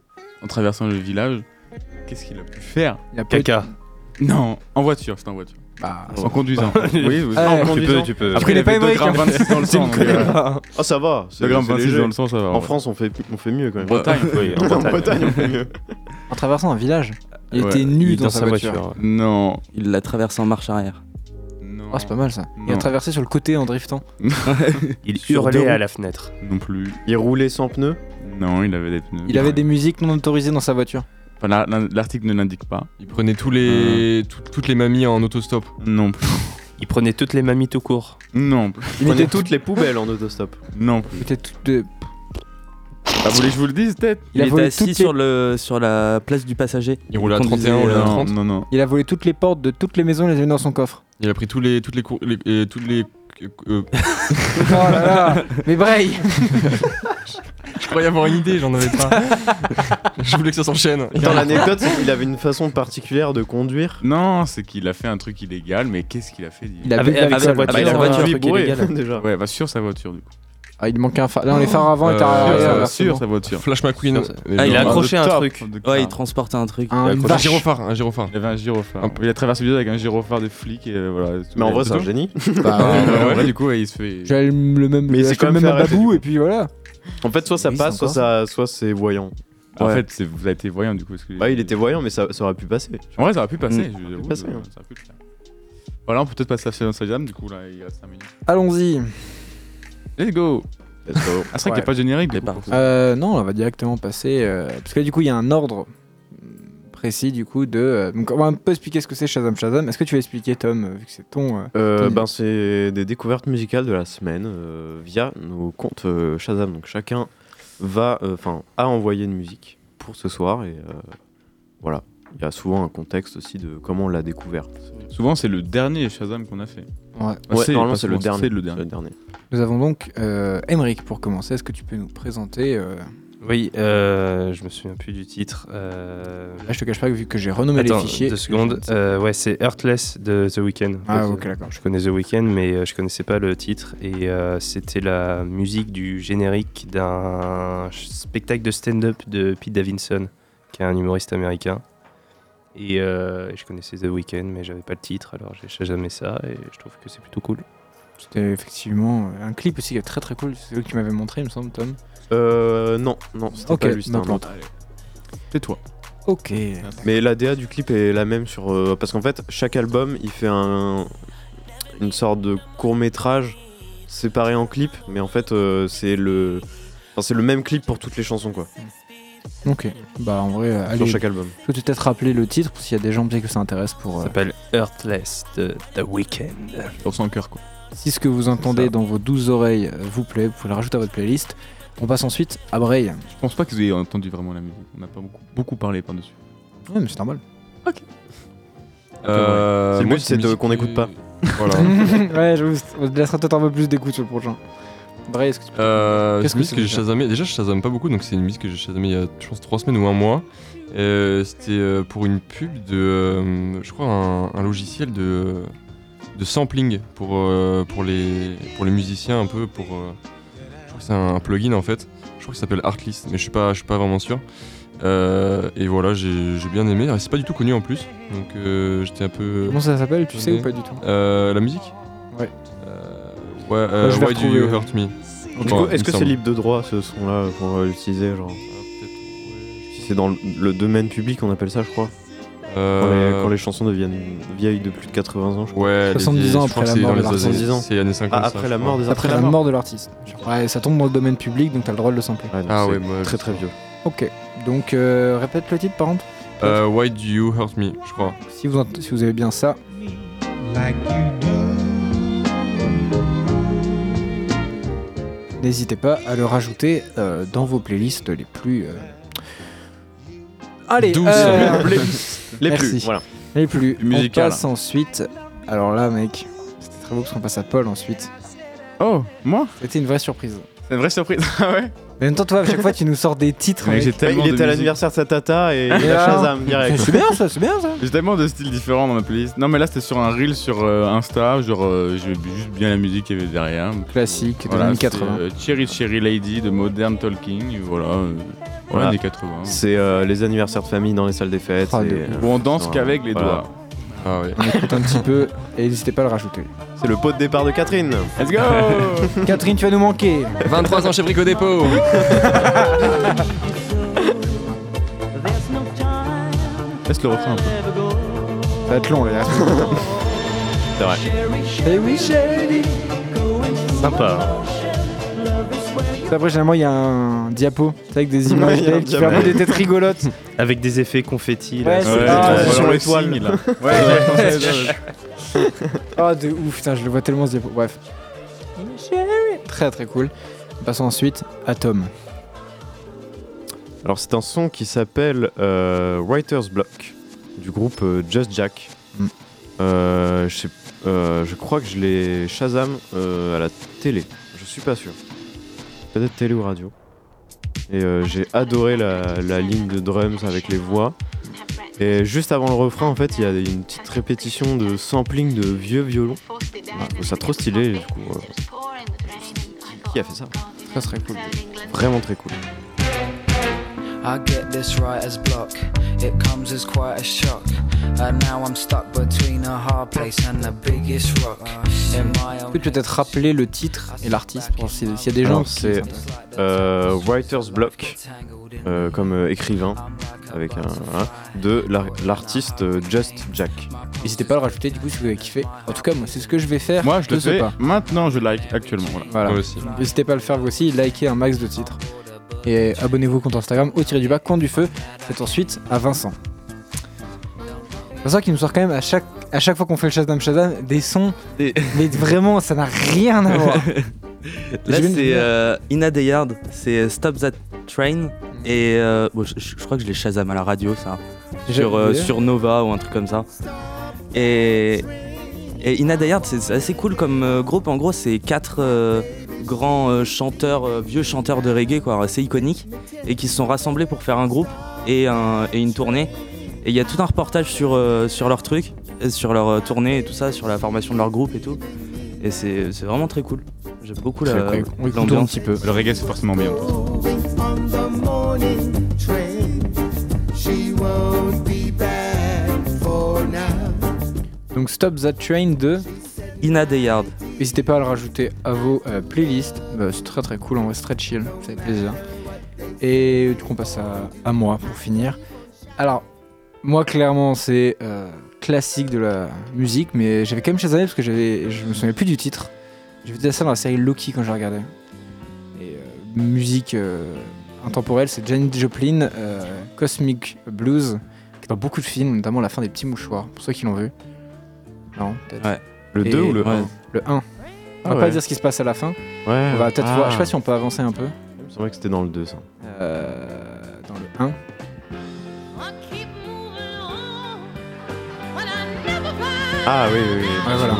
Speaker 5: en traversant le village. Qu'est-ce qu'il a pu faire
Speaker 3: Il a pas eu-
Speaker 9: Caca.
Speaker 5: Non, en voiture, c'était en voiture. Bah, en conduisant. oui, oui,
Speaker 3: Ah,
Speaker 5: en
Speaker 3: ouais.
Speaker 9: Tu peux,
Speaker 5: conduisant.
Speaker 9: tu peux.
Speaker 5: Après, il
Speaker 3: connais pas
Speaker 5: avait
Speaker 3: les
Speaker 5: 2
Speaker 3: briques,
Speaker 5: grammes
Speaker 3: hein.
Speaker 5: 26 dans le sang. donc, euh,
Speaker 4: Oh, ça va. c'est-
Speaker 5: 2 grammes
Speaker 4: c'est
Speaker 5: 26
Speaker 4: léger.
Speaker 5: dans le sang, ça va.
Speaker 4: En France, on fait, on fait mieux quand
Speaker 5: en
Speaker 4: même.
Speaker 5: Bretagne.
Speaker 9: Oui, en
Speaker 4: En
Speaker 9: Bretagne.
Speaker 4: Bretagne, on fait mieux.
Speaker 3: En traversant un village, il
Speaker 5: Ouais,
Speaker 3: était
Speaker 9: Il
Speaker 3: nu
Speaker 9: est
Speaker 3: dans, sa voiture.
Speaker 5: Non.
Speaker 6: Il l'a traversé en marche arrière.
Speaker 5: Non.
Speaker 3: Ah, c'est pas mal ça. Il a
Speaker 5: Non.
Speaker 3: traversé sur le côté en driftant.
Speaker 9: Il
Speaker 6: Sur deux
Speaker 9: hurlait
Speaker 6: roues.
Speaker 9: à la fenêtre.
Speaker 5: Non plus.
Speaker 4: Il roulait sans pneus.
Speaker 5: Non, il avait des pneus.
Speaker 3: Il avait des musiques non autorisées dans sa voiture.
Speaker 5: Enfin, la- la- L'article ne l'indique pas.
Speaker 10: Ils prenaient tous les, tout- toutes les mamies en autostop.
Speaker 5: Hum. Non plus.
Speaker 9: Il prenait toutes les mamies tout court.
Speaker 5: Non plus.
Speaker 4: Il prenait toutes les poubelles en autostop.
Speaker 5: Non plus.
Speaker 3: Il était tout de-
Speaker 5: Ah, vous voulez que je vous le dise, peut-être
Speaker 3: Il
Speaker 6: Il,
Speaker 3: a
Speaker 6: était
Speaker 3: volé
Speaker 6: assis
Speaker 3: toutes les-
Speaker 6: sur, le, sur la place du passager.
Speaker 10: Il roulait à 31
Speaker 6: conduisait,
Speaker 10: ou là.
Speaker 6: euh,
Speaker 10: 30.
Speaker 5: Non, non.
Speaker 3: Il a volé toutes les portes de toutes les maisons, les a mis dans son coffre.
Speaker 10: Il a pris tous les, toutes les, cours, les- et toutes les. euh,
Speaker 3: oh là là Mais Bray
Speaker 10: je croyais avoir une idée, j'en avais pas. je voulais que ça s'enchaîne.
Speaker 4: Dans l'anecdote, c'est qu'il avait une façon particulière de conduire.
Speaker 5: Non, c'est qu'il a fait un truc illégal, mais qu'est-ce qu'il a fait d'illégal
Speaker 3: Il a
Speaker 9: Avec-
Speaker 3: bu avec,
Speaker 9: avec
Speaker 3: sa
Speaker 9: la
Speaker 3: voiture.
Speaker 4: il
Speaker 9: voiture.
Speaker 4: a
Speaker 9: Ah,
Speaker 4: conduit
Speaker 9: un truc
Speaker 4: bourré
Speaker 9: illégal.
Speaker 4: déjà.
Speaker 5: Ouais, bah sur sa voiture du coup.
Speaker 3: Ah, il manquait un phare. Non, les phares avant étaient
Speaker 10: Euh,
Speaker 3: à
Speaker 5: sur,
Speaker 3: Euh,
Speaker 10: ouais,
Speaker 5: sa-
Speaker 10: ouais,
Speaker 3: l'arrière.
Speaker 5: sur sa voiture.
Speaker 10: Flash McQueen.
Speaker 9: Ah, il a
Speaker 5: non,
Speaker 9: accroché
Speaker 5: de
Speaker 9: un
Speaker 5: top,
Speaker 9: truc.
Speaker 5: de car.
Speaker 6: Ouais, il transportait un truc.
Speaker 3: Un
Speaker 10: Un
Speaker 3: vache.
Speaker 10: gyrophare, un gyrophare.
Speaker 5: Il avait un gyrophare.
Speaker 10: Un-
Speaker 5: Il a traversé le village avec un gyrophare de flic et euh, voilà.
Speaker 4: Mais en vrai, c'est un
Speaker 5: tout.
Speaker 4: génie.
Speaker 5: Ah,
Speaker 3: Bah,
Speaker 5: ouais, ouais, du coup, ouais, il se fait.
Speaker 3: J'avais le même,
Speaker 4: Mais il s'est
Speaker 3: j'avais
Speaker 4: quand
Speaker 3: le
Speaker 4: même
Speaker 3: même
Speaker 4: fait
Speaker 3: à
Speaker 4: arrêter,
Speaker 3: babou
Speaker 4: du
Speaker 3: et puis voilà.
Speaker 4: En fait, soit ça
Speaker 3: Oui, c'est
Speaker 4: passe, soit,
Speaker 3: encore
Speaker 4: ça, soit c'est voyant.
Speaker 5: En
Speaker 6: Ouais.
Speaker 5: fait, c'est- vous avez été voyant du coup. parce que-
Speaker 4: Bah, il était voyant, mais ça, ça aurait pu passer. Mmh.
Speaker 5: En vrai, ça aurait pu passer.
Speaker 6: Mm.
Speaker 5: je vous avoue,
Speaker 4: passer, hein.
Speaker 5: euh,
Speaker 4: ouais.
Speaker 5: ça aurait pu le faire. Voilà, on peut peut-être passer à Shalom Salam du coup, là, il reste 5 minutes.
Speaker 3: Allons-y.
Speaker 5: Let's go
Speaker 4: Let's go.
Speaker 5: Ah, c'est vrai qu'il n'y a pas de générique. du
Speaker 6: C'est
Speaker 5: coup,
Speaker 6: parti.
Speaker 5: pour ça.
Speaker 3: Euh, non, on va directement passer. euh, parce que là, du coup, il y a un ordre précis du coup de. euh, donc, on va un peu expliquer ce que c'est Shazam Shazam. Est-ce que tu vas expliquer, Tom, euh, vu que c'est ton. euh,
Speaker 4: Euh,
Speaker 3: Tony.
Speaker 4: ben, c'est des découvertes musicales de la semaine euh, via nos comptes euh, Shazam. Donc chacun va, euh, 'fin, a envoyé une musique pour ce soir et euh, voilà. Il y a souvent un contexte aussi de comment on l'a découvert.
Speaker 5: Souvent, c'est le dernier Shazam qu'on a fait.
Speaker 3: ouais.
Speaker 5: Ah,
Speaker 4: Ouais, normalement
Speaker 5: pas
Speaker 4: c'est le
Speaker 5: souvent,
Speaker 4: dernier.
Speaker 5: C'est le dernier.
Speaker 3: Nous avons donc euh, Emric pour commencer. Est-ce que tu peux nous présenter euh,
Speaker 9: Oui, euh, je me souviens plus du titre. euh,
Speaker 3: Là, je te cache pas que vu que j'ai renommé les
Speaker 9: Attends,
Speaker 3: fichiers.
Speaker 9: Deux secondes. Euh, ouais, c'est Heartless de The Weeknd.
Speaker 3: Ah,
Speaker 9: Euh,
Speaker 3: ok, d'accord.
Speaker 9: Je connais The Weeknd, mais euh, je connaissais pas le titre. Et euh, c'était la musique du générique d'un ch- spectacle de stand-up de Pete Davidson, qui est un humoriste américain. Et euh, je connaissais The Weeknd, mais j'avais pas le titre, alors j'ai jamais ça. Et je trouve que c'est plutôt cool.
Speaker 3: C'était effectivement euh, un clip aussi qui est très très cool. C'est celui que tu m'avais montré, il me semble, Tom.
Speaker 4: Euh, non, non, c'était
Speaker 3: Ok,
Speaker 4: pas juste
Speaker 3: ma
Speaker 4: un
Speaker 3: plante.
Speaker 4: autre. C'est toi.
Speaker 3: Ok.
Speaker 5: euh,
Speaker 4: Mais la DA du clip est la même sur. euh, parce qu'en fait, chaque album, il fait un, une sorte de court métrage séparé en clip, mais en fait, euh, c'est le. enfin, c'est le même clip pour toutes les chansons, quoi.
Speaker 3: Ok. Bah, en vrai, euh,
Speaker 4: Sur
Speaker 3: allez.
Speaker 4: chaque album.
Speaker 3: Je peux peut-être rappeler le titre s'il y a des gens peut-être que ça intéresse pour. euh,
Speaker 9: Ça s'appelle Heartless de The Weeknd.
Speaker 5: Pour son cœur, quoi.
Speaker 3: Si ce que vous entendez dans vos douze oreilles euh, vous plaît, vous pouvez le rajouter à votre playlist. On passe ensuite à Breil.
Speaker 5: Je pense pas que vous ayez entendu vraiment la musique. On n'a pas beaucoup, beaucoup parlé par-dessus.
Speaker 3: Ouais, mais c'est normal.
Speaker 4: Euh,
Speaker 5: C'est
Speaker 4: le
Speaker 5: moi,
Speaker 4: but, c'est de- qu'on n'écoute pas.
Speaker 10: Voilà.
Speaker 3: ouais, je vous on laissera peut-être un peu plus d'écoute sur le prochain. Breil, est-ce que tu peux.
Speaker 10: Euh,
Speaker 3: Qu'est-ce
Speaker 10: c'est une
Speaker 3: c'est
Speaker 10: musique que j'ai
Speaker 3: déjà
Speaker 10: chasamé. Déjà, je chasame pas beaucoup, donc c'est une musique que j'ai chasamé il y a, je pense, trois semaines ou un mois. Euh, C'était euh, pour une pub de, euh, je crois, un, un logiciel de, de sampling pour, euh, pour, les, pour les musiciens, un peu. Pour, euh, je crois que c'est un, un plugin en fait. Je crois que ça s'appelle Artlist, mais je suis pas, je suis pas vraiment sûr. Euh, et voilà, j'ai j'ai bien aimé. Ah, C'est pas du tout connu en plus, donc euh, j'étais un peu.
Speaker 3: Comment ça s'appelle, tu sais ou pas du tout
Speaker 10: Euh, La musique
Speaker 3: Ouais.
Speaker 10: Euh, ouais, euh,
Speaker 4: je vais
Speaker 10: Why Do You
Speaker 4: retrouver.
Speaker 10: Hurt Me
Speaker 4: Du coup, est-ce que c'est libre de droit ce son-là euh, pour euh, l'utiliser genre
Speaker 5: Ah,
Speaker 4: Si c'est dans le, le domaine public, on appelle ça, je crois.
Speaker 10: Euh,
Speaker 4: Quand, les, quand les chansons deviennent vieilles de plus de 80 ans, je crois.
Speaker 10: Ouais, les 70 vieilles- ans je crois après que la c'est mort dans de les années- l'artiste. c'est années 50,
Speaker 4: Ah,
Speaker 10: ça,
Speaker 4: après
Speaker 10: je
Speaker 4: la
Speaker 10: crois.
Speaker 4: mort des
Speaker 3: Après la mort de l'artiste. Ouais, ça tombe dans le domaine public, donc t'as le droit de le sampler.
Speaker 10: Ah
Speaker 4: c'est
Speaker 10: ouais, moi,
Speaker 4: très très vieux.
Speaker 3: Ok. Donc, euh, répète le titre, par contre.
Speaker 10: Euh, Why Do You Hurt Me, je crois.
Speaker 3: Si vous, ent- si vous avez bien ça. N'hésitez pas à le rajouter euh, dans vos playlists les plus. euh, Allez,
Speaker 10: Douze.
Speaker 3: euh,
Speaker 10: Les-
Speaker 4: les plus,
Speaker 3: merci.
Speaker 4: voilà.
Speaker 3: Les plus.
Speaker 4: Plus musicales.
Speaker 3: On passe ensuite. Alors là, mec, c'était très beau parce qu'on passe à Paul ensuite.
Speaker 5: Oh, moi
Speaker 3: C'était une vraie surprise.
Speaker 5: C'est une vraie surprise. ah ouais
Speaker 3: Mais en même temps, toi, à chaque fois, tu nous sors des titres.
Speaker 5: Mec,
Speaker 3: mec.
Speaker 5: j'ai tellement
Speaker 4: Il était à l'anniversaire de sa tata et il a
Speaker 3: Ah.
Speaker 4: Shazam direct.
Speaker 3: C'est bien ça, c'est bien ça.
Speaker 5: J'ai tellement de styles différents dans ma playlist. Non, mais là, c'était sur un reel sur euh, Insta. Genre, euh, j'ai juste bien la musique qu'il y avait derrière.
Speaker 3: Classique, de
Speaker 5: Voilà,
Speaker 3: l'année
Speaker 5: c'est,
Speaker 3: 80.
Speaker 5: euh, Cherry Cherry Lady de Modern Talking. et Voilà. euh,
Speaker 4: Voilà.
Speaker 5: ouais, des 80.
Speaker 4: C'est euh, les anniversaires de famille dans les salles des fêtes.
Speaker 3: Ah, de
Speaker 4: et,
Speaker 3: ouf.
Speaker 5: Où on danse
Speaker 4: voilà.
Speaker 5: qu'avec les
Speaker 4: Voilà.
Speaker 5: doigts.
Speaker 10: Ah ouais.
Speaker 3: On écoute un petit peu et n'hésitez pas à le rajouter.
Speaker 4: C'est le pot de départ de Catherine.
Speaker 5: Let's go
Speaker 3: Catherine, tu vas nous manquer.
Speaker 10: 23 ans chez Brico Dépôt
Speaker 5: Laisse le refrain un peu.
Speaker 3: Ça va être long, les gars.
Speaker 4: C'est vrai.
Speaker 3: Eh oui, chérie.
Speaker 9: Sympa.
Speaker 3: Après, généralement, il y a un diapo tu sais, avec des images
Speaker 9: Ouais, il y a un
Speaker 3: d'elle qui fait un peu
Speaker 9: diapo.
Speaker 3: des têtes rigolotes.
Speaker 9: hein. Avec des effets confettis.
Speaker 3: Ouais,
Speaker 9: là.
Speaker 3: c'est ça.
Speaker 9: transition
Speaker 3: Sur
Speaker 9: étoile.
Speaker 5: signe, là.
Speaker 3: Oh, de ouf, putain, je le vois tellement ce diapo. Bref. Très très cool. Passons ensuite à Tom.
Speaker 4: Alors c'est un son qui s'appelle euh, Writer's Block du groupe euh, Just Jack.
Speaker 3: Mm.
Speaker 4: Euh, je, sais- euh, je crois que je l'ai Shazam euh, à la télé. Je suis pas sûr. Peut-être télé ou radio. Et euh, j'ai adoré la, la ligne de drums avec les voix. Et juste avant le refrain, en fait, il y a une petite répétition de sampling de vieux violons. Je trouve Ah, ça trop stylé. et Du coup, euh, qui- qui a fait ça
Speaker 3: Ça serait cool.
Speaker 4: Vraiment très cool.
Speaker 19: I get this writer's block, it comes as quite a shock. And now I'm stuck between a hard place and the biggest rock. In my own
Speaker 3: Peux-tu peut-être rappeler le titre et l'artiste pour s'il s'il y a des gens
Speaker 4: Alors,
Speaker 3: qui-
Speaker 4: c'est euh, Writer's Block, euh, comme euh, écrivain, avec un, voilà, de l'ar- l'artiste euh, Just Jack.
Speaker 3: N'hésitez pas à le rajouter du coup si vous avez kiffé. En tout cas, moi, c'est ce que je vais faire.
Speaker 5: Moi, je
Speaker 3: de
Speaker 5: le
Speaker 3: ce
Speaker 5: fais.
Speaker 3: pas.
Speaker 5: Maintenant, je like actuellement. Voilà.
Speaker 3: Voilà.
Speaker 10: Moi aussi.
Speaker 3: N'hésitez pas à le faire vous aussi, likez un max de titres. Et abonnez-vous au compte Instagram au tiré du bas, coin du feu. Faites ensuite à Vincent. Vincent qui nous sort quand même à chaque, à chaque fois qu'on fait le Shazam Shazam des sons.
Speaker 6: Des-
Speaker 3: Mais vraiment, ça n'a rien à voir.
Speaker 6: Là,
Speaker 3: J'ai vu une
Speaker 6: c'est
Speaker 3: vidéo.
Speaker 6: euh, Ina Dayard, c'est euh, Stop That
Speaker 3: Mhm.
Speaker 6: Train. Et euh, bon, je, je- je crois que je l'ai Shazam à la radio, ça.
Speaker 3: J'ai
Speaker 6: Sur, euh,
Speaker 3: oublié.
Speaker 6: sur Nova ou un truc comme ça. Et, et Ina Dayard, c'est c'est assez cool comme euh, groupe. En gros, c'est quatre, euh, grands euh, chanteurs, euh, vieux chanteurs de reggae, quoi, assez iconiques, et qui se sont rassemblés pour faire un groupe et, un- et une tournée. Et il y a tout un reportage sur, euh, sur leur truc, et sur leur euh, tournée et tout ça, sur la formation de leur groupe et tout. Et c'est c'est vraiment très cool. J'aime beaucoup la-
Speaker 5: Très cool.
Speaker 6: l'ambiance.
Speaker 5: Le reggae, c'est forcément bien.
Speaker 17: on the morning train. She won't be back for now.
Speaker 3: Donc Stop That Train de
Speaker 6: Ina Dayard.
Speaker 3: N'hésitez pas à le rajouter à vos euh, playlists. Euh, c'est très très cool, en vrai, c'est très chill, ça fait plaisir. Et du coup, on passe à, à moi pour finir. Alors, moi, clairement, c'est euh, classique de la musique, mais j'avais quand même chasamé parce que j'avais, je me souviens plus du titre. J'ai vu ça dans la série Loki quand je la regardais. Et euh, musique euh, intemporelle, c'est Janet Joplin, euh, Cosmic Blues, qui est dans beaucoup de films, notamment la fin des petits mouchoirs, pour ceux qui l'ont vu. Non, peut-être.
Speaker 6: Ouais. Le deux ou le
Speaker 3: ouais,
Speaker 6: un
Speaker 3: Le 1. On va
Speaker 4: Ah
Speaker 3: pas
Speaker 4: ouais.
Speaker 3: dire ce qui se passe à la fin.
Speaker 4: Ouais.
Speaker 3: On va peut-être
Speaker 4: Ah.
Speaker 3: voir. Je sais pas si on peut avancer un peu.
Speaker 4: C'est vrai que c'était dans le 2, ça.
Speaker 3: Euh, dans le 1.
Speaker 4: Ah oui, oui, oui.
Speaker 3: Ouais, voilà.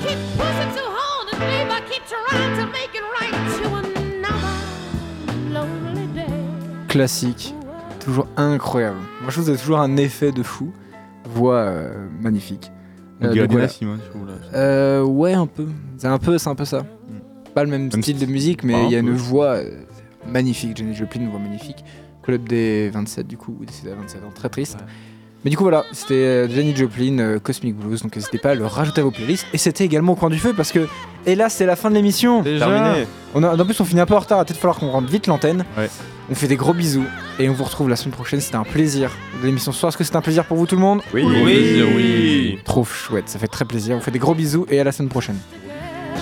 Speaker 17: Pushing too hard and babe, I keep trying to make it right to another lonely day.
Speaker 3: Classique. Toujours incroyable. Moi, je trouve que c'est toujours un effet de fou. Voix euh, magnifique.
Speaker 5: On
Speaker 3: Euh,
Speaker 5: dirait
Speaker 3: donc
Speaker 5: de la
Speaker 3: voilà.
Speaker 5: Simone, je trouve, là. Mm.
Speaker 3: Euh, ouais, un peu. C'est un peu, c'est un peu ça. Pas le même, style de musique, mais
Speaker 5: Ouais,
Speaker 3: il y a
Speaker 5: un peu.
Speaker 3: une voix euh, magnifique. Jenny Joplin, une voix magnifique. Club des 27, du coup, ou décédé à 27 ans, très triste. Mais du coup, voilà, c'était euh, Jenny Joplin, euh, Cosmic Blues, donc n'hésitez pas à le rajouter à vos playlists. Et c'était également au coin du feu parce que, et là, c'est la fin de l'émission.
Speaker 4: Déjà Terminé.
Speaker 3: on a, En plus, on finit un peu en retard, il va peut-être falloir qu'on rende vite l'antenne.
Speaker 5: Ouais.
Speaker 3: On fait des gros bisous et on vous retrouve la semaine prochaine. C'était un plaisir de l'émission ce soir. Est-ce que c'était un plaisir pour vous, tout le monde
Speaker 4: Oui. Oui. Plaisir, oui.
Speaker 3: Trop chouette, ça fait très plaisir. On vous fait des gros bisous et à la semaine prochaine.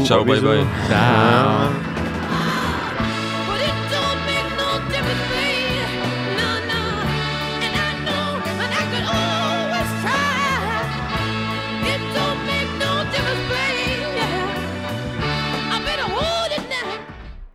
Speaker 10: Ciao, bye bye.
Speaker 4: Ciao.